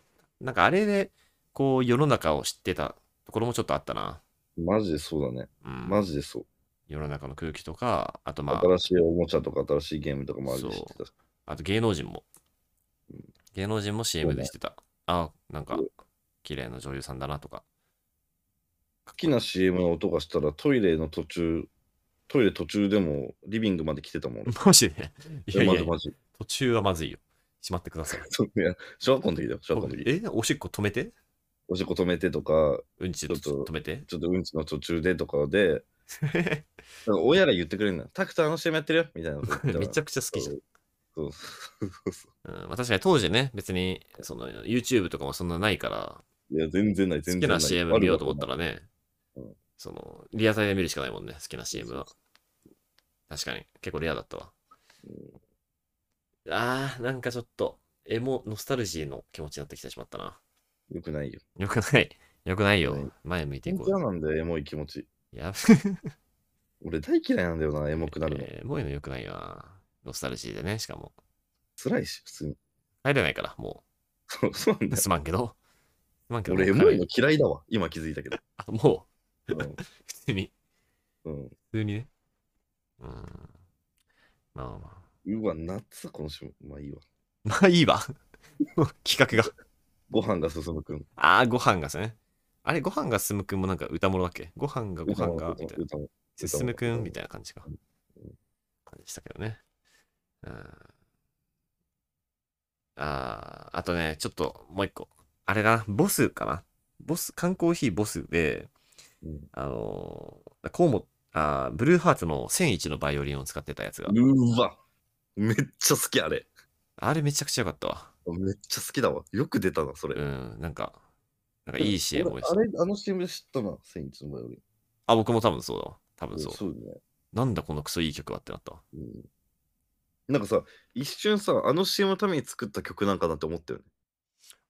Speaker 2: なんかあれで、こう、世の中を知ってたところもちょっとあったな。
Speaker 1: マジでそうだね。
Speaker 2: うん。
Speaker 1: マジでそう。
Speaker 2: 世の中の空気とか、あとまあ、
Speaker 1: 新しいおもちゃとか新しいゲームとかもあるし知ってたし。
Speaker 2: あと芸能人も
Speaker 1: うん。
Speaker 2: 芸能人も CM でしてた。あ、なんか
Speaker 1: うん、
Speaker 2: 綺麗な女優さんだなとか。
Speaker 1: 好きな CM の音がしたらトイレの途中、トイレ途中でもリビングまで来てたもん。俺
Speaker 2: <laughs> マジでいやい
Speaker 1: マ
Speaker 2: やい
Speaker 1: ジ
Speaker 2: や、
Speaker 1: マジ。
Speaker 2: 途中はまずいよ。しまってください。
Speaker 1: そういや小学校の時だよ、小学校の時。
Speaker 2: えおしっこ止めて
Speaker 1: おしっこ止めてとか、
Speaker 2: うんち
Speaker 1: ちょっと
Speaker 2: 止
Speaker 1: <laughs>
Speaker 2: めて
Speaker 1: ちょっとうんちの途中でとかで、なんか親が言ってくれるんだ。タクターの CM やってるよみたいなこと言ったら。
Speaker 2: <laughs> めちゃくちゃ好きじゃん。
Speaker 1: そうそうそうそ
Speaker 2: うんまあ、確かに当時ね、別にその YouTube とかもそんなないから、
Speaker 1: う。いや、全然ない、
Speaker 2: 好
Speaker 1: 全
Speaker 2: き
Speaker 1: 然ない。
Speaker 2: な CM 見ようと思ったらね
Speaker 1: うん、
Speaker 2: そのリアタイで見るしかないもんね、好きな CM は。確かに、結構レアだったわ。あー、なんかちょっと、エモ、ノスタルジーの気持ちになってきてしまったな。
Speaker 1: よくないよ。
Speaker 2: よくない。 <laughs> よくない
Speaker 1: は
Speaker 2: よ
Speaker 1: い。
Speaker 2: 前向いてい
Speaker 1: 本
Speaker 2: こ
Speaker 1: 当
Speaker 2: うよ。
Speaker 1: なんだよ、エモい気持ち。
Speaker 2: や
Speaker 1: 俺大嫌いなんだよな、エモくな
Speaker 2: ばい
Speaker 1: るの。
Speaker 2: ね。もういうのよくないわ。ノスタルジーでね、しかも。
Speaker 1: 辛いし、普通に。 <laughs>
Speaker 2: 入れないから、も
Speaker 1: そうそうなん
Speaker 2: う。
Speaker 1: だよ。
Speaker 2: すまんけど。すまんけど。
Speaker 1: 俺、エ
Speaker 2: もう
Speaker 1: モいの嫌いだわ。今気づいたけど。
Speaker 2: あも
Speaker 1: うん
Speaker 2: う、普通に。
Speaker 1: うん
Speaker 2: 普通にね。うん。まあまあ。 <laughs>
Speaker 1: うわ、夏、この週まあいいわ。
Speaker 2: まあいいわ。 <laughs> もう企画が。
Speaker 1: ご飯が進むくん。
Speaker 2: ああ、ご飯がですね。あれ、ご飯が進むくんもなんか歌物だっけご飯がご飯が、みたいな。
Speaker 1: 歌も歌も
Speaker 2: 進むくんみたいな感じか。
Speaker 1: うん
Speaker 2: 感じしたけどね。うん。あーあとね、ちょっともう一個。あれだな、ボスかな。ボス、缶コーヒーボスで、
Speaker 1: うん
Speaker 2: あのー、コウモ、あーブルーハーツの1001のバイオリンを使ってたやつが。
Speaker 1: うわめっちゃ好きあれ。
Speaker 2: あれめちゃくちゃ良かったわ。
Speaker 1: めっちゃ好きだわ。よく出たな、それ。
Speaker 2: うん、なんか、なんかいい CM を
Speaker 1: 俺
Speaker 2: し
Speaker 1: あ
Speaker 2: た。
Speaker 1: れ、あの CM 知ったな、セインツの前より。
Speaker 2: あ、僕も多分そうだわ。多分そう。
Speaker 1: そうね、
Speaker 2: なんだこのクソいい曲はってなったわ。
Speaker 1: うん。なんかさ、一瞬さ、あの CM のために作った曲なんかなって思ったよね。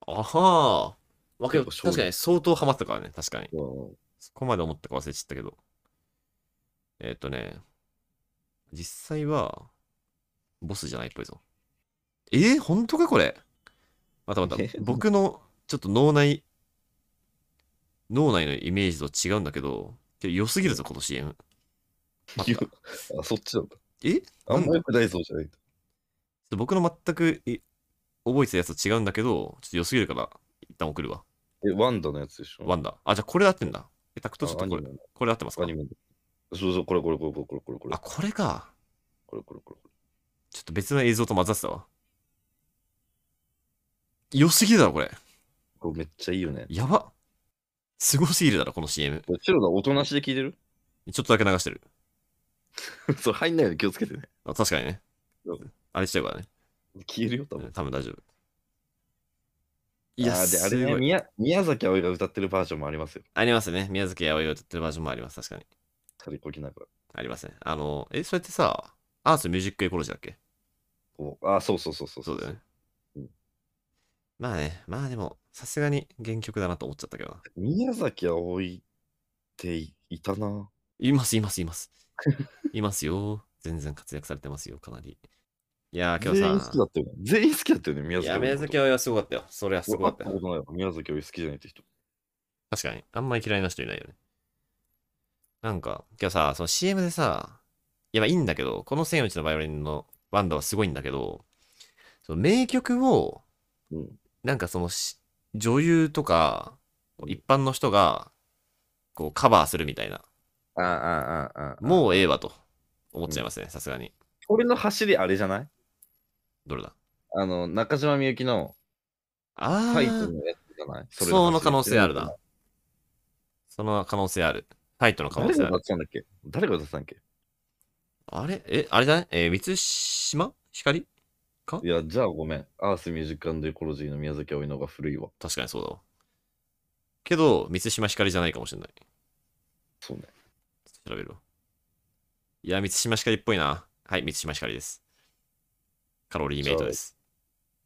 Speaker 2: あはーわけ
Speaker 1: 結構衝撃
Speaker 2: 確かに相当ハマったからね、確かに。
Speaker 1: うん
Speaker 2: そこまで思ったか忘れちゃったけど。えっ、とね、実際は、ボスじゃないっぽいぞ。えー、本当かこれまたまた
Speaker 1: え、
Speaker 2: 僕のちょっと脳内、脳内のイメージと違うんだけど、けど良すぎるぞ、この CM。また
Speaker 1: いや <laughs> あ、そっちなんだ。
Speaker 2: え
Speaker 1: あんま良くないそうじゃない。
Speaker 2: ちょっと僕の全くい覚えてたやつと違うんだけど、ちょっと良すぎるから、一旦送るわ。
Speaker 1: え、ワンダのやつでしょ
Speaker 2: ワンダ。あ、じゃあこれで合ってんだ。え、タクトちょっ
Speaker 1: あ
Speaker 2: と
Speaker 1: ア
Speaker 2: こ
Speaker 1: ニ
Speaker 2: れ
Speaker 1: メ、の
Speaker 2: これ合ってますか
Speaker 1: アニメの。そうそう、これこれこれこれこれこれこれ
Speaker 2: あ、これか。
Speaker 1: これこれこれ。
Speaker 2: ちょっと別の映像と混ざってたわ。良すぎるだろ、これ。
Speaker 1: これめっちゃいいよね。
Speaker 2: やば。すごすぎるだろ、この CM。
Speaker 1: これチロがおとなしで聞いてる
Speaker 2: ちょっとだけ流してる。
Speaker 1: <laughs> それ入んないように気をつけてね。
Speaker 2: あ確かにね
Speaker 1: う。
Speaker 2: あれしちゃうからね。
Speaker 1: 消えるよ、多分。
Speaker 2: 多分大丈夫。い
Speaker 1: い
Speaker 2: や、
Speaker 1: や、で、あ
Speaker 2: す
Speaker 1: れ
Speaker 2: ご
Speaker 1: ね
Speaker 2: い。
Speaker 1: 宮、宮崎あおいが歌ってるバージョンもありますよ。
Speaker 2: ありますね。宮崎あおいを歌ってるバージョンもあります。確かに。
Speaker 1: カリコきながら。
Speaker 2: ありますね。あの、え、それってさ、アースミュージックエコロジーだっけ
Speaker 1: こうあ、そうそうそうそう
Speaker 2: そうだよね。
Speaker 1: うん
Speaker 2: まあね、まあでも、さすがに原曲だなと思っちゃったけどな。
Speaker 1: 宮崎あおいっていいたな。
Speaker 2: います、います、
Speaker 1: <laughs>
Speaker 2: います。いますよ。全然活躍されてますよ、かなり。いやー、今
Speaker 1: 全員好
Speaker 2: 日
Speaker 1: きだ
Speaker 2: さ
Speaker 1: ったよね。全員好きだったよね、宮
Speaker 2: い
Speaker 1: 崎
Speaker 2: や、
Speaker 1: あおい
Speaker 2: 宮
Speaker 1: のこと。
Speaker 2: 崎あおいはすごかったよ。それはすご
Speaker 1: 俺会
Speaker 2: かっ
Speaker 1: ったた
Speaker 2: よ
Speaker 1: こ。とないわ。宮崎あおい好きじゃないって人。
Speaker 2: 確かに。あんまり嫌いな人いないよね。なんか、今日さ、その CM でさ、いや、まあいいんだけど、この千与一のバイオリンのバンドはすごいんだけど、その名曲を、
Speaker 1: うん。
Speaker 2: なんかそのし、女優とか、一般の人が、こう、カバーするみたいな。
Speaker 1: ああ、ああ、ああ。
Speaker 2: もうええわと思っちゃいますね、さすがに。
Speaker 1: これの走りあれじゃない
Speaker 2: どれだ
Speaker 1: あの、中島みゆきの
Speaker 2: ああ
Speaker 1: タイトルのやつじゃないれ
Speaker 2: そうの可能性ある
Speaker 1: 走り
Speaker 2: な。その可能性ある。ファイトの可能
Speaker 1: 誰
Speaker 2: 性
Speaker 1: が
Speaker 2: あ
Speaker 1: 歌っ
Speaker 2: る。
Speaker 1: てたんだっけ誰が歌ってたんだっけ
Speaker 2: あれえ、あれじゃないえー、満島光
Speaker 1: いや、じゃあごめん。アースミュージックエコロジーの宮崎あおいの方が古いわ。
Speaker 2: 確かにそうだわ。けど、満島光じゃないかもしれない。
Speaker 1: そうね。
Speaker 2: 調べるわ。いや、満島光っぽいな。はい、満島光です。カロリーメイトです。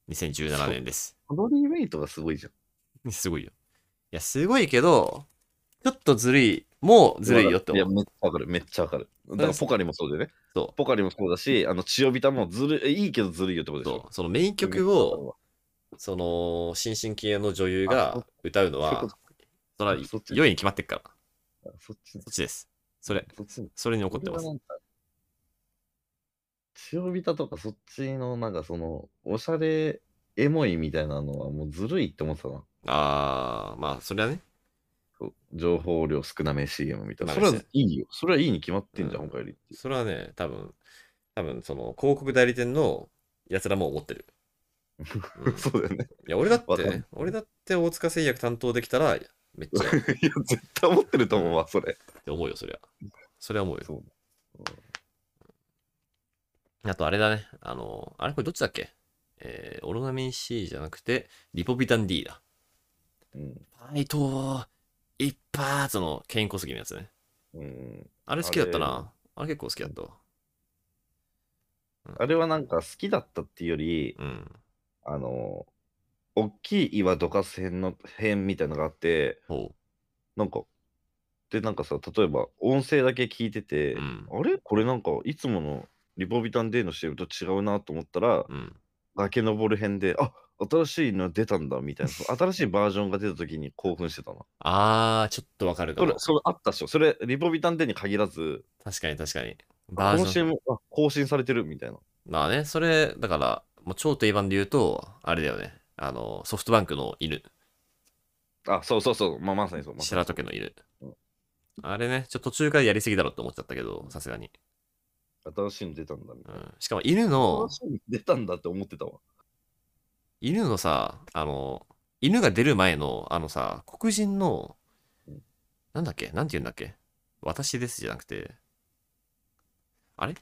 Speaker 2: 2017年です。
Speaker 1: カロリーメイトがすごいじゃん。
Speaker 2: すごいよ。いや、すごいけど、ちょっとずるい。もうずるいよって
Speaker 1: いや、め
Speaker 2: 思う。
Speaker 1: っちゃわかる。めっちゃわかる。だからポカリもそうでね。
Speaker 2: そ
Speaker 1: ポカリもそうだし、あの、千代びたもずるい、いいけどずるいよってこと
Speaker 2: う。
Speaker 1: でし
Speaker 2: そ
Speaker 1: ょ。
Speaker 2: うそのメイン曲を、その新進気鋭の女優が歌うの
Speaker 1: あそ
Speaker 2: は
Speaker 1: う
Speaker 2: それは
Speaker 1: そっち
Speaker 2: 良いに決まってっから
Speaker 1: そっちね
Speaker 2: そっちですそれ
Speaker 1: そっちね
Speaker 2: それに怒ってま
Speaker 1: 俺
Speaker 2: す
Speaker 1: はなんか千代びたとかそっちの、なんかその、おしゃれ、エモいみたいなのはもうずるいって思ってたな。
Speaker 2: あーまあそれはね
Speaker 1: そう情報量少なめ CM みたいな。
Speaker 2: 少
Speaker 1: それ
Speaker 2: なめ
Speaker 1: はいいよ。それはいいに決まってんじゃん、
Speaker 2: うん
Speaker 1: 他より。
Speaker 2: それはね多分多分その広告代理店のやつらも
Speaker 1: <laughs>
Speaker 2: 思ってる、うんい
Speaker 1: そうだよね。
Speaker 2: や俺だっ
Speaker 1: わ
Speaker 2: て
Speaker 1: かる
Speaker 2: ね俺だって大塚製薬担当できたらめっ
Speaker 1: <laughs>
Speaker 2: ちゃっ
Speaker 1: いや、絶対思ってると思うわ、それ。
Speaker 2: て思うよそりゃそれは思うよ
Speaker 1: そう
Speaker 2: あとあれだねあのあれこれどっちだっけえー、オロナミン C じゃなくてリポビタン D だ
Speaker 1: うん。
Speaker 2: ファイト一発の健康すぎのやつね
Speaker 1: うん
Speaker 2: あれ好きだったな。あれ結構好きだったわ。
Speaker 1: あれはなんか好きだったっていうより、
Speaker 2: うん。
Speaker 1: あの、大きい岩どかす編の編みたいなのがあって、
Speaker 2: ほ
Speaker 1: なんか、で、なんかさ、例えば音声だけ聞いてて、
Speaker 2: うん
Speaker 1: あれこれなんかいつものリポビタン D の CM と違うなと思ったら
Speaker 2: う。、うん。
Speaker 1: 崖登る編で、あ新しいの出たんだみたいな、 <laughs> そう新しいバージョンが出た時に興奮してたな。
Speaker 2: あー、ちょっとわかるか
Speaker 1: それ
Speaker 2: も、。
Speaker 1: それあったっしょ。それ、リポビタン D に限らず、
Speaker 2: 確かに確かに。
Speaker 1: こ
Speaker 2: バ
Speaker 1: の
Speaker 2: ージョン。
Speaker 1: CM あ更新されてるみたいな。
Speaker 2: まあね、それ、だから、もう超定番で言うと、あれだよね。あの、ソフトバンクの犬。
Speaker 1: あ、そうそうそう、まあ、まさにそう。まさ
Speaker 2: 白
Speaker 1: に
Speaker 2: 戸家の犬
Speaker 1: うん。
Speaker 2: あれね、ちょっと途中からやりすぎだろって思っちゃったけど、さすがに。
Speaker 1: そう新しいの出たんだみたいな
Speaker 2: うん。しかも犬の
Speaker 1: 楽、しみに出たんだって思ってたわ。
Speaker 2: 犬のさ、あの、犬が出る前の、あのさ、黒人の、なんだっけなんて言うんだっけ私ですじゃなくて、あれ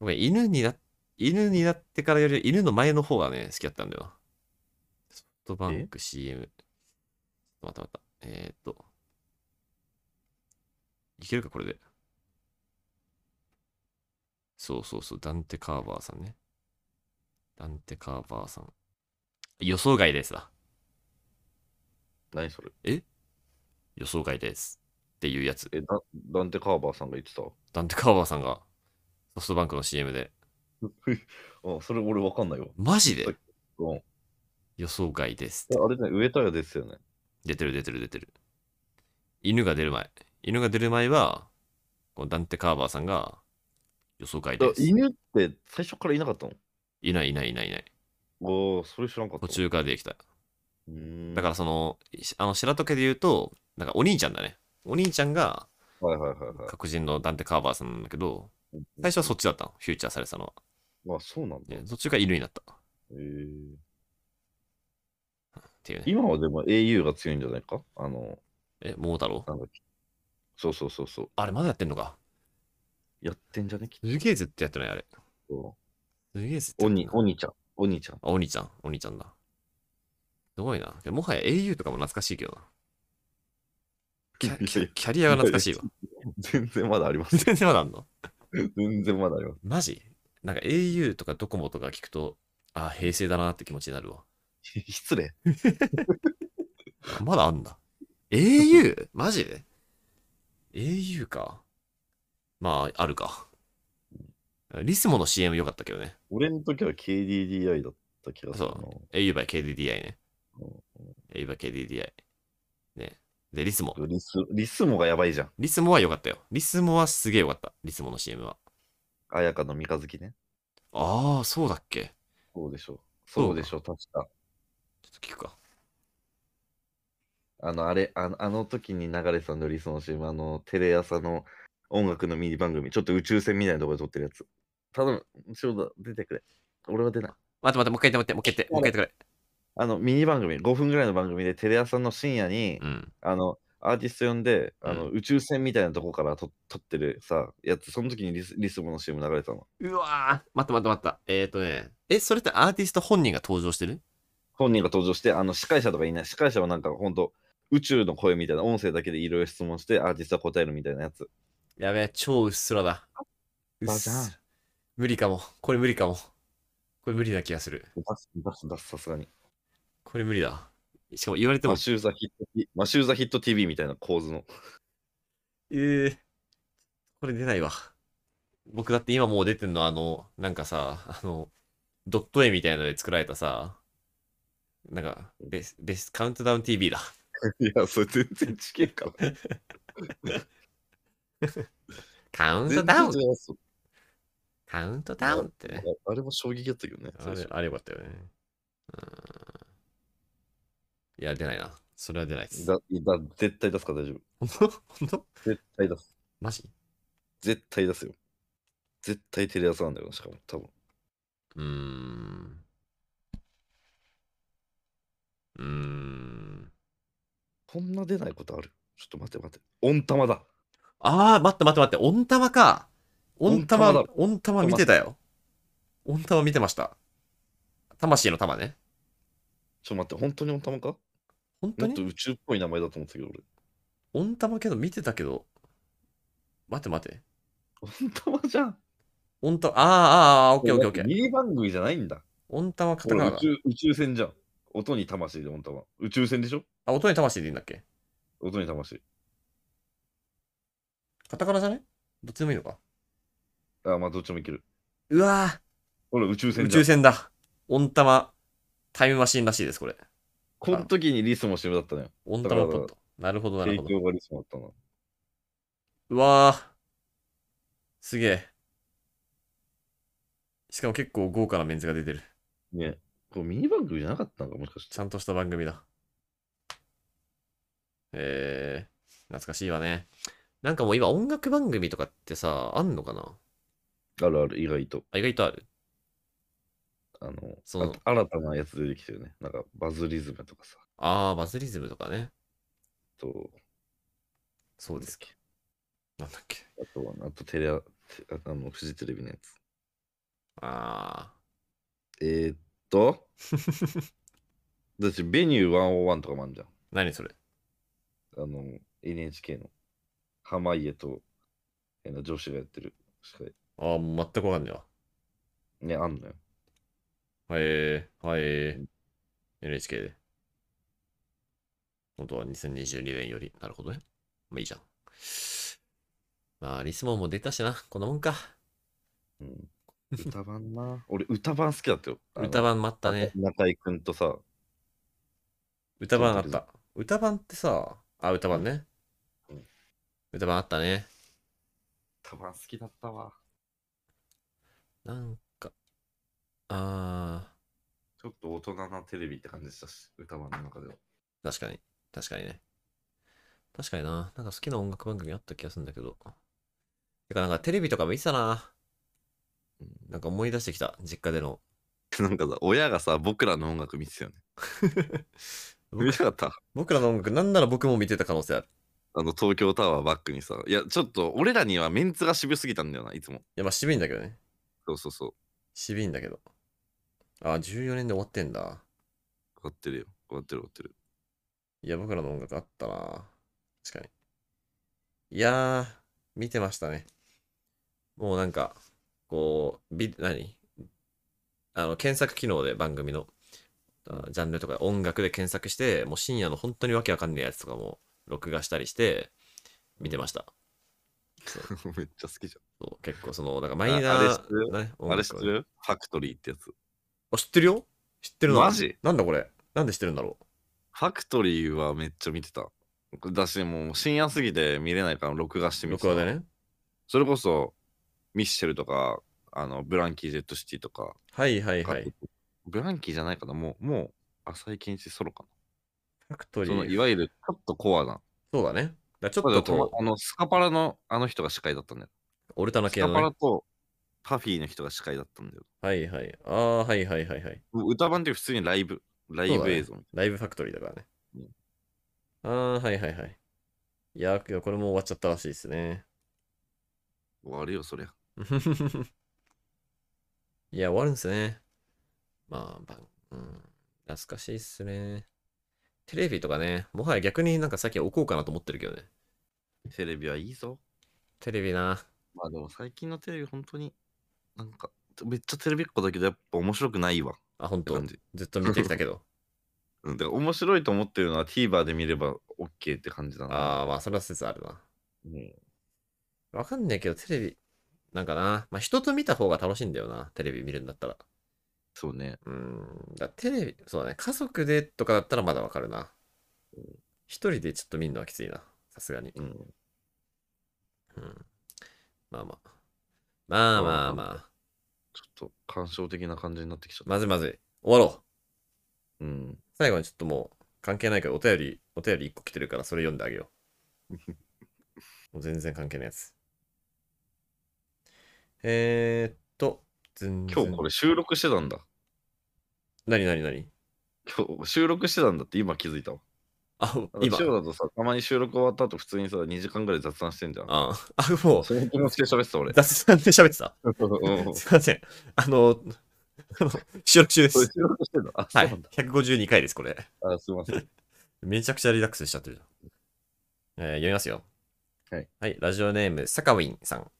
Speaker 2: ごめん、犬にな、犬になってからより、犬の前の方がね、好きだったんだよな。ソフトバンク CM。またまた。えー、っと。いけるか、これで。そうそうそう、ダンテ・カーバーさんね。ダンテ・カーバーさん。予想外ですだ。
Speaker 1: 何それ
Speaker 2: 予想外です。っていうやつ。
Speaker 1: え、ダダンテ・カーバーさんが言ってた。 <laughs>
Speaker 2: ダンテ・カーバーさんがソフトバンクの CM で。
Speaker 1: うん、それ俺わかんないわ。
Speaker 2: マジで
Speaker 1: はいうん、え
Speaker 2: 予想外です。
Speaker 1: あれね、植えたらですよね。
Speaker 2: 出てる出てる出てる。犬が出る前。犬が出る前は、このダンテ・カーバーさんが予想外
Speaker 1: だ
Speaker 2: です。い
Speaker 1: 犬って最初からいなかったの
Speaker 2: ないいないいないいない。
Speaker 1: おー、それ知らんかった。
Speaker 2: 途中から出てきた。
Speaker 1: うーん。
Speaker 2: だからその、しあの白時計で言うと、なんかお兄ちゃんだね。お兄ちゃんが
Speaker 1: ら、はいはいはいはい。
Speaker 2: 黒人のダンテ・カーバーさんなんだけど、最初はそっちだったの。フューチャーされてたのは。
Speaker 1: まあそうなんだ。
Speaker 2: ね途中から犬になった。っ
Speaker 1: えー
Speaker 2: ていうね。
Speaker 1: 今はでも au が強いんじゃないかあの、
Speaker 2: え、桃太郎
Speaker 1: なんだっけ。そうそうそうそう。
Speaker 2: あれまだやってんのか。
Speaker 1: やってんじゃねきっ
Speaker 2: すげえずっとやってないあれ。
Speaker 1: と。
Speaker 2: すげえずっとやって
Speaker 1: 鬼
Speaker 2: ない、
Speaker 1: 鬼ちゃん。鬼ちゃん。
Speaker 2: あ、鬼ちゃん、鬼ちゃんだ。すごいな。でもはや au とかも懐かしいけどな。キャキャキャリアが懐かしいわ。
Speaker 1: 全然まだあ
Speaker 2: <laughs>
Speaker 1: ります。
Speaker 2: 全然まだあんの
Speaker 1: 全然まだあります。
Speaker 2: マジなんか au とかドコモとか聞くと、あ、平成だなって気持ちになるわ。
Speaker 1: 失礼。
Speaker 2: あまだあんだ。au?
Speaker 1: <laughs>
Speaker 2: マジで ?au か。まあ、あるか。リスモの CM 良かったけどね。
Speaker 1: 俺の時は KDDI だった気がするな。
Speaker 2: そ au by KDDI ね
Speaker 1: うん。
Speaker 2: au by KDDI。ね。で、リスモ。
Speaker 1: リスリスモがやばいじゃん。
Speaker 2: リスモは良かったよ。リスモはすげえ良かった。リスモの CM は。
Speaker 1: 綾香の三日月ね。
Speaker 2: ああ、そうだっけ
Speaker 1: そうでしょう。
Speaker 2: そう
Speaker 1: そうでしょう、確か。
Speaker 2: ちょっと聞くか。
Speaker 1: あの、あれ、あのあの時に流れてたんだよ、リスの CM。あの、テレ朝の音楽のミニ番組。ちょっと宇宙船みたいなとこで撮ってるやつ。ただ、ちょうど出てくれ。俺は出ない。
Speaker 2: 待って待って、もう一回言って、もう一回言って、もう一回言って
Speaker 1: あの、ミニ番組、5分ぐらいの番組で、テレ朝の深夜に、
Speaker 2: くれ。うん。
Speaker 1: あの、アーティスト呼んで、あの、
Speaker 2: う
Speaker 1: 宇宙船みたいなとこからと撮ってるさ、やつ、その時にリスリスモの CM 流れてたの。
Speaker 2: うわー、待って待って待った。えっ、ー、とね、え、それってアーティスト本人が登場してる
Speaker 1: 本人が登場して、あの、司会者とかいない。司会者はなんか、ほんと、宇宙の声みたいな、音声だけでいろいろ質問して、アーティストが答えるみたいなやつ。
Speaker 2: やべえ、超うっすらだ。うっ
Speaker 1: バ
Speaker 2: す
Speaker 1: カ
Speaker 2: ら。無理かも。これ無理かも。これ無理な気がする。
Speaker 1: 出す、出す、出す、さすがに。
Speaker 2: これ無理だ。しかも言われても
Speaker 1: マ、シューザヒット T、マシューザヒット TV みたいな構図の。
Speaker 2: えー、これ出ないわ。僕だって今もう出てんのあの、なんかさ、あの、ドット絵みたいなので作られたさ、なんか、ベス、ベス、カウントダウン TV だ。
Speaker 1: <laughs> いや、それ全然違えから。
Speaker 2: カウントダウン
Speaker 1: 全然違うそ
Speaker 2: カウントダウンって
Speaker 1: あ
Speaker 2: ね。
Speaker 1: あれも衝撃だったけどね。
Speaker 2: あ
Speaker 1: 最
Speaker 2: れ
Speaker 1: 初、
Speaker 2: あれよかったよね。うん。いや、出ないな。それは出ないです。
Speaker 1: だだ絶対出すから大丈夫。
Speaker 2: 本当本当
Speaker 1: 絶対出す。
Speaker 2: マジ
Speaker 1: 絶対出すよ。絶対テレ朝なんだよな、しかも、多分。
Speaker 2: うーん。うーん。
Speaker 1: こんな出ないことある。ちょっと待って待って。温玉だ。
Speaker 2: ああ、待って待って待って、温玉か。温
Speaker 1: 温
Speaker 2: 玉
Speaker 1: 玉だ、
Speaker 2: 温玉見てたよ。温玉見てました。魂の玉ね。
Speaker 1: ちょっと待って、本当に温玉か
Speaker 2: 本当
Speaker 1: もっと
Speaker 2: に
Speaker 1: 宇宙っぽい名前だと思ってたけど、俺。
Speaker 2: 温玉けど見てたけど。待って待って。
Speaker 1: 温玉じゃん。
Speaker 2: 温玉、あーあー、あーオッケーオッケーオッケー。
Speaker 1: ミニ番組じゃないんだ。
Speaker 2: 温玉カタ
Speaker 1: ほ
Speaker 2: カナ
Speaker 1: ら
Speaker 2: だ
Speaker 1: 宇。宙宇宙船じゃん。音に魂で温玉。宇宙船でしょ
Speaker 2: あ、音に魂でいいんだっけ
Speaker 1: 音に魂。
Speaker 2: カタカナじゃねどっちでもいいのか。
Speaker 1: あ、まあ、どっちもいける。
Speaker 2: うわ
Speaker 1: ほら、宇宙
Speaker 2: ー
Speaker 1: 船
Speaker 2: 宇
Speaker 1: じゃん
Speaker 2: 宙船だ。温玉タイムマシンらしいです、これ。
Speaker 1: この時にリスも CM だったのよ。
Speaker 2: 温玉ポット。なるほど、なる
Speaker 1: 提
Speaker 2: ほど。
Speaker 1: 供がリスもあったの。
Speaker 2: うわーすげえ。しかも結構豪華なメンズが出てる。
Speaker 1: ね。これミニ番組じゃなかったのか、もしかして
Speaker 2: ち。ゃんとした番組だ。えー、懐かしいわね。なんかもう今音楽番組とかってさ、あんのかな
Speaker 1: あるある、意外と。
Speaker 2: あ意外とある。
Speaker 1: あの、
Speaker 2: そう
Speaker 1: あ新たなやつ出てきてるね。なんかバズリズムとかさ。
Speaker 2: ああ、バズリズムとかね。
Speaker 1: と、
Speaker 2: そうですけど。なんだっけ。
Speaker 1: あと、あとテレア、てあの、フジテレビのやつ。
Speaker 2: あ
Speaker 1: えー、っと、
Speaker 2: あ。
Speaker 1: だし、ベニュー101とかもあるじゃん。
Speaker 2: 何それ
Speaker 1: あの、NHK の濱家と、えーの女子がやってる司会。
Speaker 2: ああ、もう全くわかんないわ。
Speaker 1: ね、あんのよ。
Speaker 2: はい、えー、はい、え
Speaker 1: う
Speaker 2: ー NHK で。本当は2022年より。なるほどね。まあいいじゃん。まあ、リスモンも出たしな。こんなもんか。
Speaker 1: うん、歌版な。俺、歌版好きだったよ。あの
Speaker 2: 歌版もあったね。
Speaker 1: 中井くんとさ、
Speaker 2: 歌版あった。歌版ってさ、あ、歌版ね
Speaker 1: うん。
Speaker 2: 歌版あったね。
Speaker 1: 歌版好きだったわ。
Speaker 2: なんか、あ
Speaker 1: ちょっと大人なテレビって感じしたし、歌版の中では。 <laughs>
Speaker 2: ー、確かに。確かにね。確かにな。なんか好きな音楽番組あった気がするんだけど。てか、なんかテレビとか見てたな。なんか思い出してきた。実家での。
Speaker 1: なんかさ、親がさ、僕らの音楽見てたよね。
Speaker 2: <laughs>
Speaker 1: 見
Speaker 2: 僕
Speaker 1: たかった。
Speaker 2: 僕らの音楽、なんなら僕も見てた可能性ある。い
Speaker 1: あの、東京タワーバックにさ。いや、ちょっと、俺らにはメンツが渋すぎたんだよな、いつも。
Speaker 2: や、まあ、渋いんだけどね。
Speaker 1: そうそうそう。
Speaker 2: 渋いんだけど。あ、14年で終わってんだ。
Speaker 1: 終わってるよ。終わってる終わってる。
Speaker 2: いや、僕らの音楽あったな。確かに。いやー、見てましたね。もうなんか、こう、ビ、何あの、検索機能で番組の、あジャンルとか音楽で検索して、もう深夜の本当にわけわかんないやつとかも録画したりして、見てました。
Speaker 1: <laughs> めっちゃ好きじ
Speaker 2: そう結構その、なんかマイナ
Speaker 1: ああれ知って
Speaker 2: ー
Speaker 1: る
Speaker 2: なね、
Speaker 1: ゃ
Speaker 2: 音
Speaker 1: ん。あ
Speaker 2: 楽
Speaker 1: れ知ってるファクトリーってやつ。
Speaker 2: あ、知ってるよ知ってるの
Speaker 1: マジ
Speaker 2: なんだこれなんで知ってるんだろ
Speaker 1: ファクトリーはめっちゃ見てた。だし、もう深夜すぎて見れないから録画して
Speaker 2: う
Speaker 1: みて
Speaker 2: 録
Speaker 1: た。
Speaker 2: 画でね。
Speaker 1: それこそ、ミッシェルとか、あの、ブランキー・ジェット・シティとか。
Speaker 2: はいはいはい。フ
Speaker 1: ブランキーじゃないかな、もう、もう、浅井健一ソロか
Speaker 2: ァクト
Speaker 1: な。
Speaker 2: リ
Speaker 1: そのい
Speaker 2: ー。
Speaker 1: わゆる、ちょっとコアな。
Speaker 2: そうだね。だからち
Speaker 1: ま
Speaker 2: ょ
Speaker 1: だ
Speaker 2: っとこう
Speaker 1: あの、スカパラのあの人が司会だったんだよ。
Speaker 2: オルタナ
Speaker 1: ス
Speaker 2: 系
Speaker 1: カ
Speaker 2: の
Speaker 1: パ
Speaker 2: ね
Speaker 1: ラ。とパフィーの人が司会だったんだよ。
Speaker 2: はいはい。ああ、はいはいはいはい。
Speaker 1: もう歌版って普通にライブ、ライ
Speaker 2: そうだ
Speaker 1: ブ
Speaker 2: ね
Speaker 1: 映像みたい
Speaker 2: ライブファクトリーだからね
Speaker 1: うん。
Speaker 2: ああ、はいはいはい。いやー、けどこれも終わっちゃったらしいですね。 <laughs>
Speaker 1: な。終わるよ、そりゃ。
Speaker 2: いや、終わるんですね。まあ、ばうん、懐かしいっすね。テレビとかね、もはや逆になんかさっき置こうかなと思ってるけどね。
Speaker 1: テレビはいいぞ。
Speaker 2: テレビな。
Speaker 1: まあでも最近のテレビ、本当に、なんか、めっちゃテレビっ子だけど、やっぱ面白くないわ。っ
Speaker 2: あ、本
Speaker 1: て
Speaker 2: 当
Speaker 1: 感じ。
Speaker 2: ずっと見てきたけ
Speaker 1: <laughs>
Speaker 2: ど。
Speaker 1: うん、だから面白いと思ってるのは TVer で見れば OK って感じだな。
Speaker 2: ああ、まあ、それは説あるな。
Speaker 1: うん、
Speaker 2: わかんないけど、テレビ、なんかな。まあ、人と見た方が楽しいんだよな。テレビ見るんだったら。
Speaker 1: そうね。
Speaker 2: うーん、だテレビ、そうだね、家族でとかだったらまだわかるな。一人でちょっと見るのはきついな、さすがに。
Speaker 1: うん。
Speaker 2: うん。まあまあ。まあまあ
Speaker 1: そう
Speaker 2: まあ。
Speaker 1: ちょっと感傷的な感じになってきちゃった。
Speaker 2: まずいまずい。終わろう。
Speaker 1: うん。
Speaker 2: 最後にちょっともう、関係ないからお便り、お便り一個来てるからそれ読んであげよう。 <laughs> もう全然関係ないやつ。えー、っと、全
Speaker 1: 今日これ収録してたんだ。
Speaker 2: 何何何
Speaker 1: 今日収録してたんだって今気づいたわ。
Speaker 2: あ、
Speaker 1: 今。
Speaker 2: 今
Speaker 1: 千。代だとさ、たまに収録終わった後普通にさ、2時間ぐらい雑談してんじゃん。
Speaker 2: あ、あもう、
Speaker 1: その気持ちで喋ってた俺。
Speaker 2: 雑談で喋ってた。
Speaker 1: うん
Speaker 2: すいません。あの、 <laughs> あの収録中で
Speaker 1: それ
Speaker 2: す
Speaker 1: 収。録してた。あ、そ
Speaker 2: は
Speaker 1: う
Speaker 2: い
Speaker 1: なんだ。。
Speaker 2: 152回です、これ。
Speaker 1: あ、すいませ <laughs> ん。
Speaker 2: めちゃくちゃリラックスしちゃってるじゃん。えー読みますよ。
Speaker 1: はい。
Speaker 2: ラジオネーム、サカウィンさん。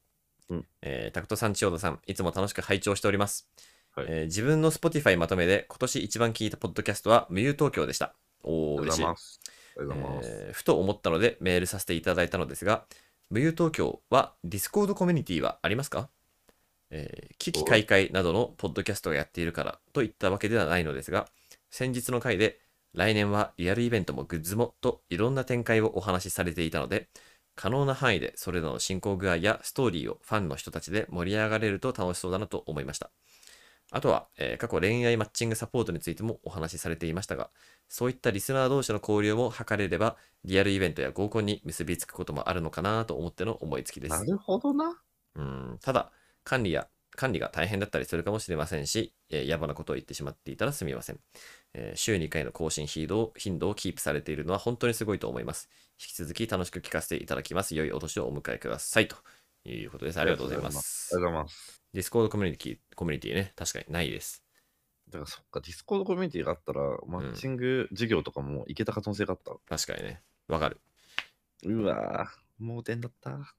Speaker 1: うん
Speaker 2: えータクトさん、千代田さん、いつも楽しく拝聴しております。
Speaker 1: はい
Speaker 2: えー自分の Spotify まとめで、今年一番聞いたポッドキャストは、無友東京でした。おー、
Speaker 1: おはよう
Speaker 2: 嬉
Speaker 1: ご
Speaker 2: し
Speaker 1: ざい
Speaker 2: い。
Speaker 1: ます。おはようございます。
Speaker 2: えーふと思ったのでメールさせていただいたのですが、無友東京はディスコードコミュニティはありますかえー、危機開会などのポッドキャストをやっているからといったわけではないのですが、先日の回で来年はリアルイベントもグッズもといろんな展開をお話しされていたので、可能な範囲でそれらの進行具合やストーリーをファンの人たちで盛り上がれると楽しそうだなと思いました。あとは、えー過去恋愛マッチングサポートについてもお話しされていましたが、そういったリスナー同士の交流も図れれば、リアルイベントや合コンに結びつくこともあるのかなと思っての思いつきです
Speaker 1: な。るほどな。
Speaker 2: うんただ、管理や管理が大変だったりするかもしれませんし、えー野暮なことを言ってしまっていたらすみません。えー週2回の更新頻度を頻度をキープされているのは本当にすごいと思います。引き続き楽しく聞かせていただきます。良いお年をお迎えください。ということです。ありがとうございま
Speaker 1: あ
Speaker 2: す
Speaker 1: り。がとうございます。
Speaker 2: ディスコードコミュニティ、コミュニティね、確かにないです。
Speaker 1: だからそっか、ディスコードコミュニティがあったら、マッチング授業とかも行けた可能性があった。
Speaker 2: 確かにね。わかる。 <laughs>
Speaker 1: うわぁ、盲点だった。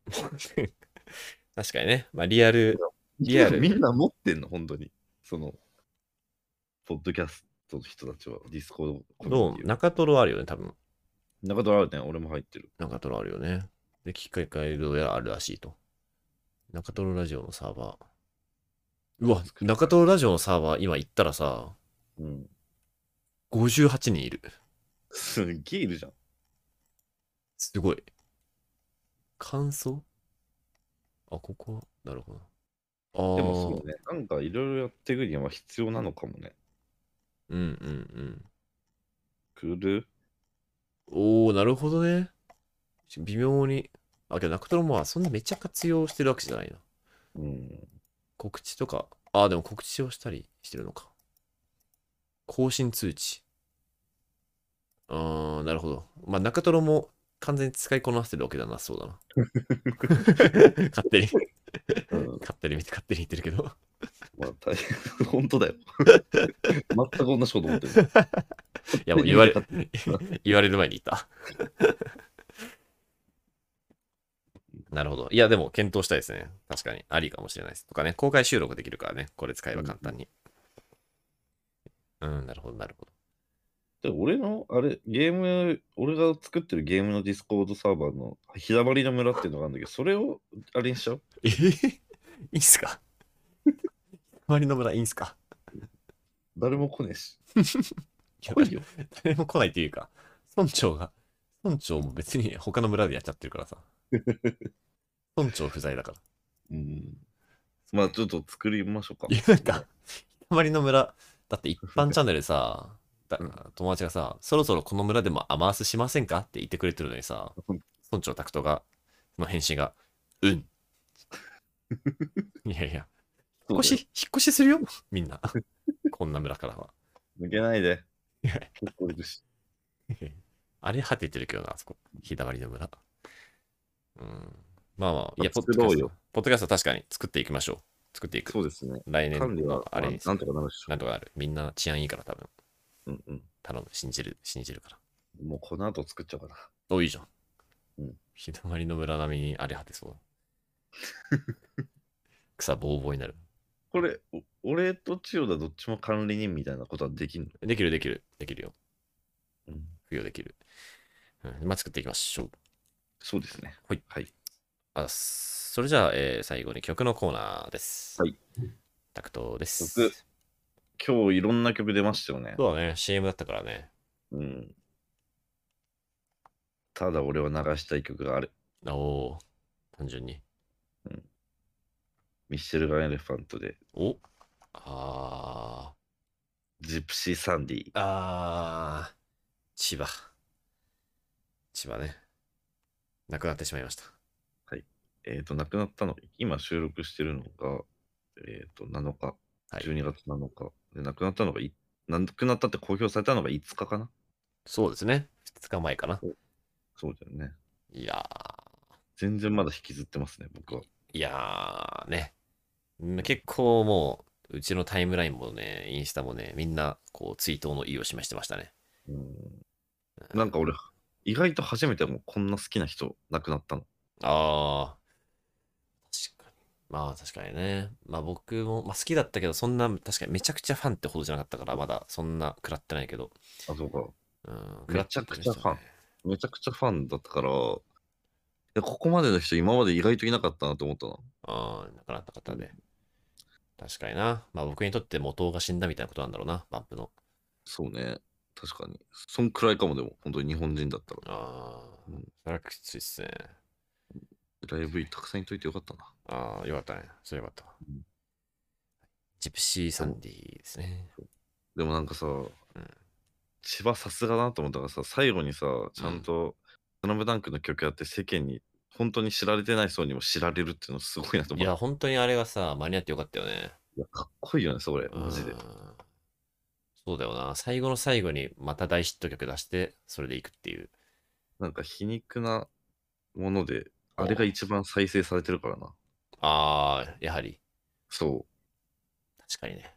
Speaker 2: 確かにね。まあ、リアル、リア
Speaker 1: <laughs>
Speaker 2: ル
Speaker 1: みんな持ってんの、本当に。その、ポッドキャストの人たちは、ディスコードコミ
Speaker 2: ど
Speaker 1: ュ
Speaker 2: う
Speaker 1: ニティを。
Speaker 2: 中トロあるよね、多分。
Speaker 1: 中田あるね、俺も入ってる。
Speaker 2: 中トロあるよね。で、機械会どうやらあるらしいと。中トロラジオのサーバー。うわ、中トロラジオのサーバー、今行ったらさ、
Speaker 1: うん。
Speaker 2: 58人いる。
Speaker 1: すっげえいるじゃん。
Speaker 2: すごい。感想あ、ここは、なるほど。ああ、
Speaker 1: でもそうね、なんかいろいろやっていくには必要なのかもね。
Speaker 2: うんうん
Speaker 1: くる
Speaker 2: うん。おおなるほどね。微妙に。あ、けど中トロもまあそんなめちゃ活用してるわけじゃないな。
Speaker 1: うん。
Speaker 2: 告知とか、ああ、でも告知をしたりしてるのか。更新通知。ああ、なるほど。まあ、中トロも完全に使いこなしてるわけだな、そうだな。 <laughs> 勝手に、
Speaker 1: うん、
Speaker 2: 勝手に見て、勝手に言ってるけ <laughs> ど。
Speaker 1: まあ大変、 <laughs> 本当だよ。全く同じこと思ってる。
Speaker 2: いや、もう言われ、言われる前に言った。なるほど。いや、でも検討したいですね。確かに。ありかもしれないです。とかね、公開収録できるからね、これ使えば簡単に。うん、なるほど、なるほど。
Speaker 1: で俺の、あれ、ゲーム、俺が作ってるゲームのディスコードサーバーの、ひだまりの村っていうのがあるんだけど、それを、あれにしちゃう
Speaker 2: え <laughs> いいっすか周りの村いいんすか
Speaker 1: 誰も来ねえし。
Speaker 2: いや
Speaker 1: 来いよ。
Speaker 2: 誰も来ないというか、村長が、村長も別に他の村でやっちゃってるからさ。村長不在だから。
Speaker 1: うん。まあ、ちょっと作りましょうか
Speaker 2: い。や、なんか、たまりの村、だって一般チャンネルでさ、だ友達がさ、そろそろこの村でもアマースしませんかって言ってくれてるのにさ、村長拓人が、の返信が、 <laughs> うん。いやいや、引っ越し、引っ越しするよ、みんな。 <laughs> こんな村からは。
Speaker 1: 抜けないで。
Speaker 2: いや
Speaker 1: 結構いるし。
Speaker 2: <laughs> あれ果ててるけどな、あそこ。日だまりの村。うん。まあまあ、いや、ポッ
Speaker 1: 作
Speaker 2: ドキ
Speaker 1: ろ
Speaker 2: ャ
Speaker 1: う
Speaker 2: ス
Speaker 1: よ
Speaker 2: ト。ポッドキャスト確かに作っていきましょう。作っていく。
Speaker 1: そうですね。
Speaker 2: 来年
Speaker 1: 管理は
Speaker 2: の、あれ
Speaker 1: ま
Speaker 2: に
Speaker 1: あ、なんとかなるでしょ
Speaker 2: なんとかなる。みんな治安いいから多分。
Speaker 1: う。うんうん。
Speaker 2: 頼む。信じる。信じるから。
Speaker 1: もうこの後作っちゃおうかな。
Speaker 2: お、いいじゃん。
Speaker 1: うん
Speaker 2: 日だまりの村並みに荒れ果てそう。 <laughs> 草ぼうぼうになる。
Speaker 1: これ、お俺と千代田どっちも管理人みたいなことはできんの、
Speaker 2: できるできる。できるよ。
Speaker 1: うん、
Speaker 2: 付与できる。うん。まあ、作っていきましょう。
Speaker 1: そうですね。
Speaker 2: はい。
Speaker 1: はい。
Speaker 2: あそれじゃあ、えー最後に曲のコーナーです。
Speaker 1: はい。
Speaker 2: タクトです。
Speaker 1: 曲今日いろんな曲出ましたよね。
Speaker 2: そうだね、CM だったからね。
Speaker 1: うん。ただ俺は流したい曲がある。
Speaker 2: おおー、単純に。
Speaker 1: ミッシェル・ガン・エレファントで、
Speaker 2: おあ
Speaker 1: ジプシー・サンディ。
Speaker 2: ー、あー、千葉。千葉ね。亡くなってしまいました。
Speaker 1: えっ、と、亡くなったの、今収録してるのが、えっ、と、7日、
Speaker 2: はい
Speaker 1: 12月7日。で、亡くなったのがい、亡くなったって公表されたのが5日かな
Speaker 2: そうですね。2日前かな。
Speaker 1: そうだよね。
Speaker 2: いや
Speaker 1: 全然まだ引きずってますね、僕は。
Speaker 2: ー、いやー、ね。うん結構もう、うちのタイムラインもね、インスタもね、みんな、こう、追悼の意を示してましたね。
Speaker 1: うん。なんか俺、意外と初めてもうこんな好きな人亡くなったの。
Speaker 2: ああ。確かに。まあ確かにね。まあ僕も、まあ好きだったけど、そんな、確かにめちゃくちゃファンってほどじゃなかったから、まだそんな食らってないけど。
Speaker 1: あ、そうか。
Speaker 2: うん、
Speaker 1: めちゃくちゃファン
Speaker 2: 食らってましたね
Speaker 1: めちゃくちゃファンだったから、いやここまでの人今まで意外といなかったなと思ったな。
Speaker 2: ああ、亡くなった方で。確かにな。まあ僕にとって元尾が死んだみたいなことなんだろうな、バンプの。
Speaker 1: そうね。確かに。そんくらいかもでも、本当に日本人だったら。
Speaker 2: ああ
Speaker 1: うん、
Speaker 2: それはきついっすね。
Speaker 1: ライブたくさんいといてよかったな。
Speaker 2: ああ、よかったね。それよかったわ
Speaker 1: うん。
Speaker 2: ジプシーサンディですね。
Speaker 1: でもなんかさ、千葉さすがだなと思ったからさ、最後にさ、ちゃんと、スラムダンクの曲やって世間に本当に知られてない層にも知られるっていうのすごいなと
Speaker 2: い
Speaker 1: 思う。
Speaker 2: や、本当にあれがさ、間に合ってよかったよね。
Speaker 1: いやかっこいいよね、それ。マジで
Speaker 2: うん。そうだよな。最後の最後にまた大ヒット曲出して、それでいくっていう。
Speaker 1: なんか皮肉なもので、あれが一番再生されてるからな。
Speaker 2: ああ、やはり。
Speaker 1: そ
Speaker 2: 確かにね。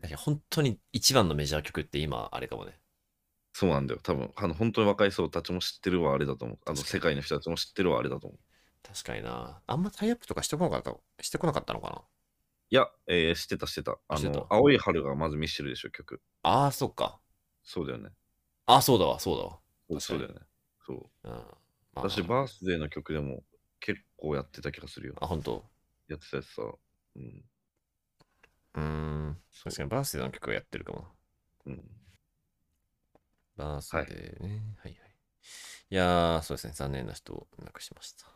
Speaker 2: 確かに本当に一番のメジャー曲って今、あれかもね。
Speaker 1: う。そうなんだよ。多分、あの、本当に若い層たちも知ってるはあれだと思う。あの、
Speaker 2: 確かに
Speaker 1: 世界の人たちも知ってるはあれだと思う。
Speaker 2: 確かにな。あんまタイアップとかしてこなかった、してこなかったのかない
Speaker 1: や、えー、知ってた、知ってた。あ
Speaker 2: 知って
Speaker 1: の
Speaker 2: た、
Speaker 1: 青い春がまずミッシェルでしょ、曲。
Speaker 2: ああ、そっか。
Speaker 1: そうだよね。
Speaker 2: ああ、そうだわ、そうだわ。
Speaker 1: そう
Speaker 2: 確かに
Speaker 1: だよね。そう。
Speaker 2: うん。まあ
Speaker 1: 私、バースデーの曲でも結構やってた気がするよ。
Speaker 2: あ、本当。
Speaker 1: やってたやつさ。うん。
Speaker 2: うーん。確かにバースデーの曲をやってるかも。
Speaker 1: うん。
Speaker 2: バースデーね。はい、はい、い。やー、そうですね。残念な人を亡くしました。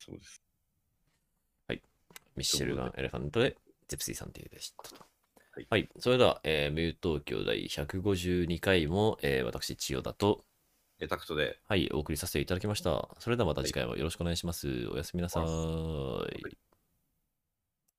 Speaker 1: そうです。
Speaker 2: ミッシェルガン・エレファントで、ゼプシーさんというでしたと。は
Speaker 1: はいい、
Speaker 2: それでは、えー、無友東京第152回も、えー、私、千代田と、
Speaker 1: え、タクトで。
Speaker 2: はい、お送りさせていただきました。それではまた次回もよろしくお願いします。おやすみなさーい
Speaker 1: はい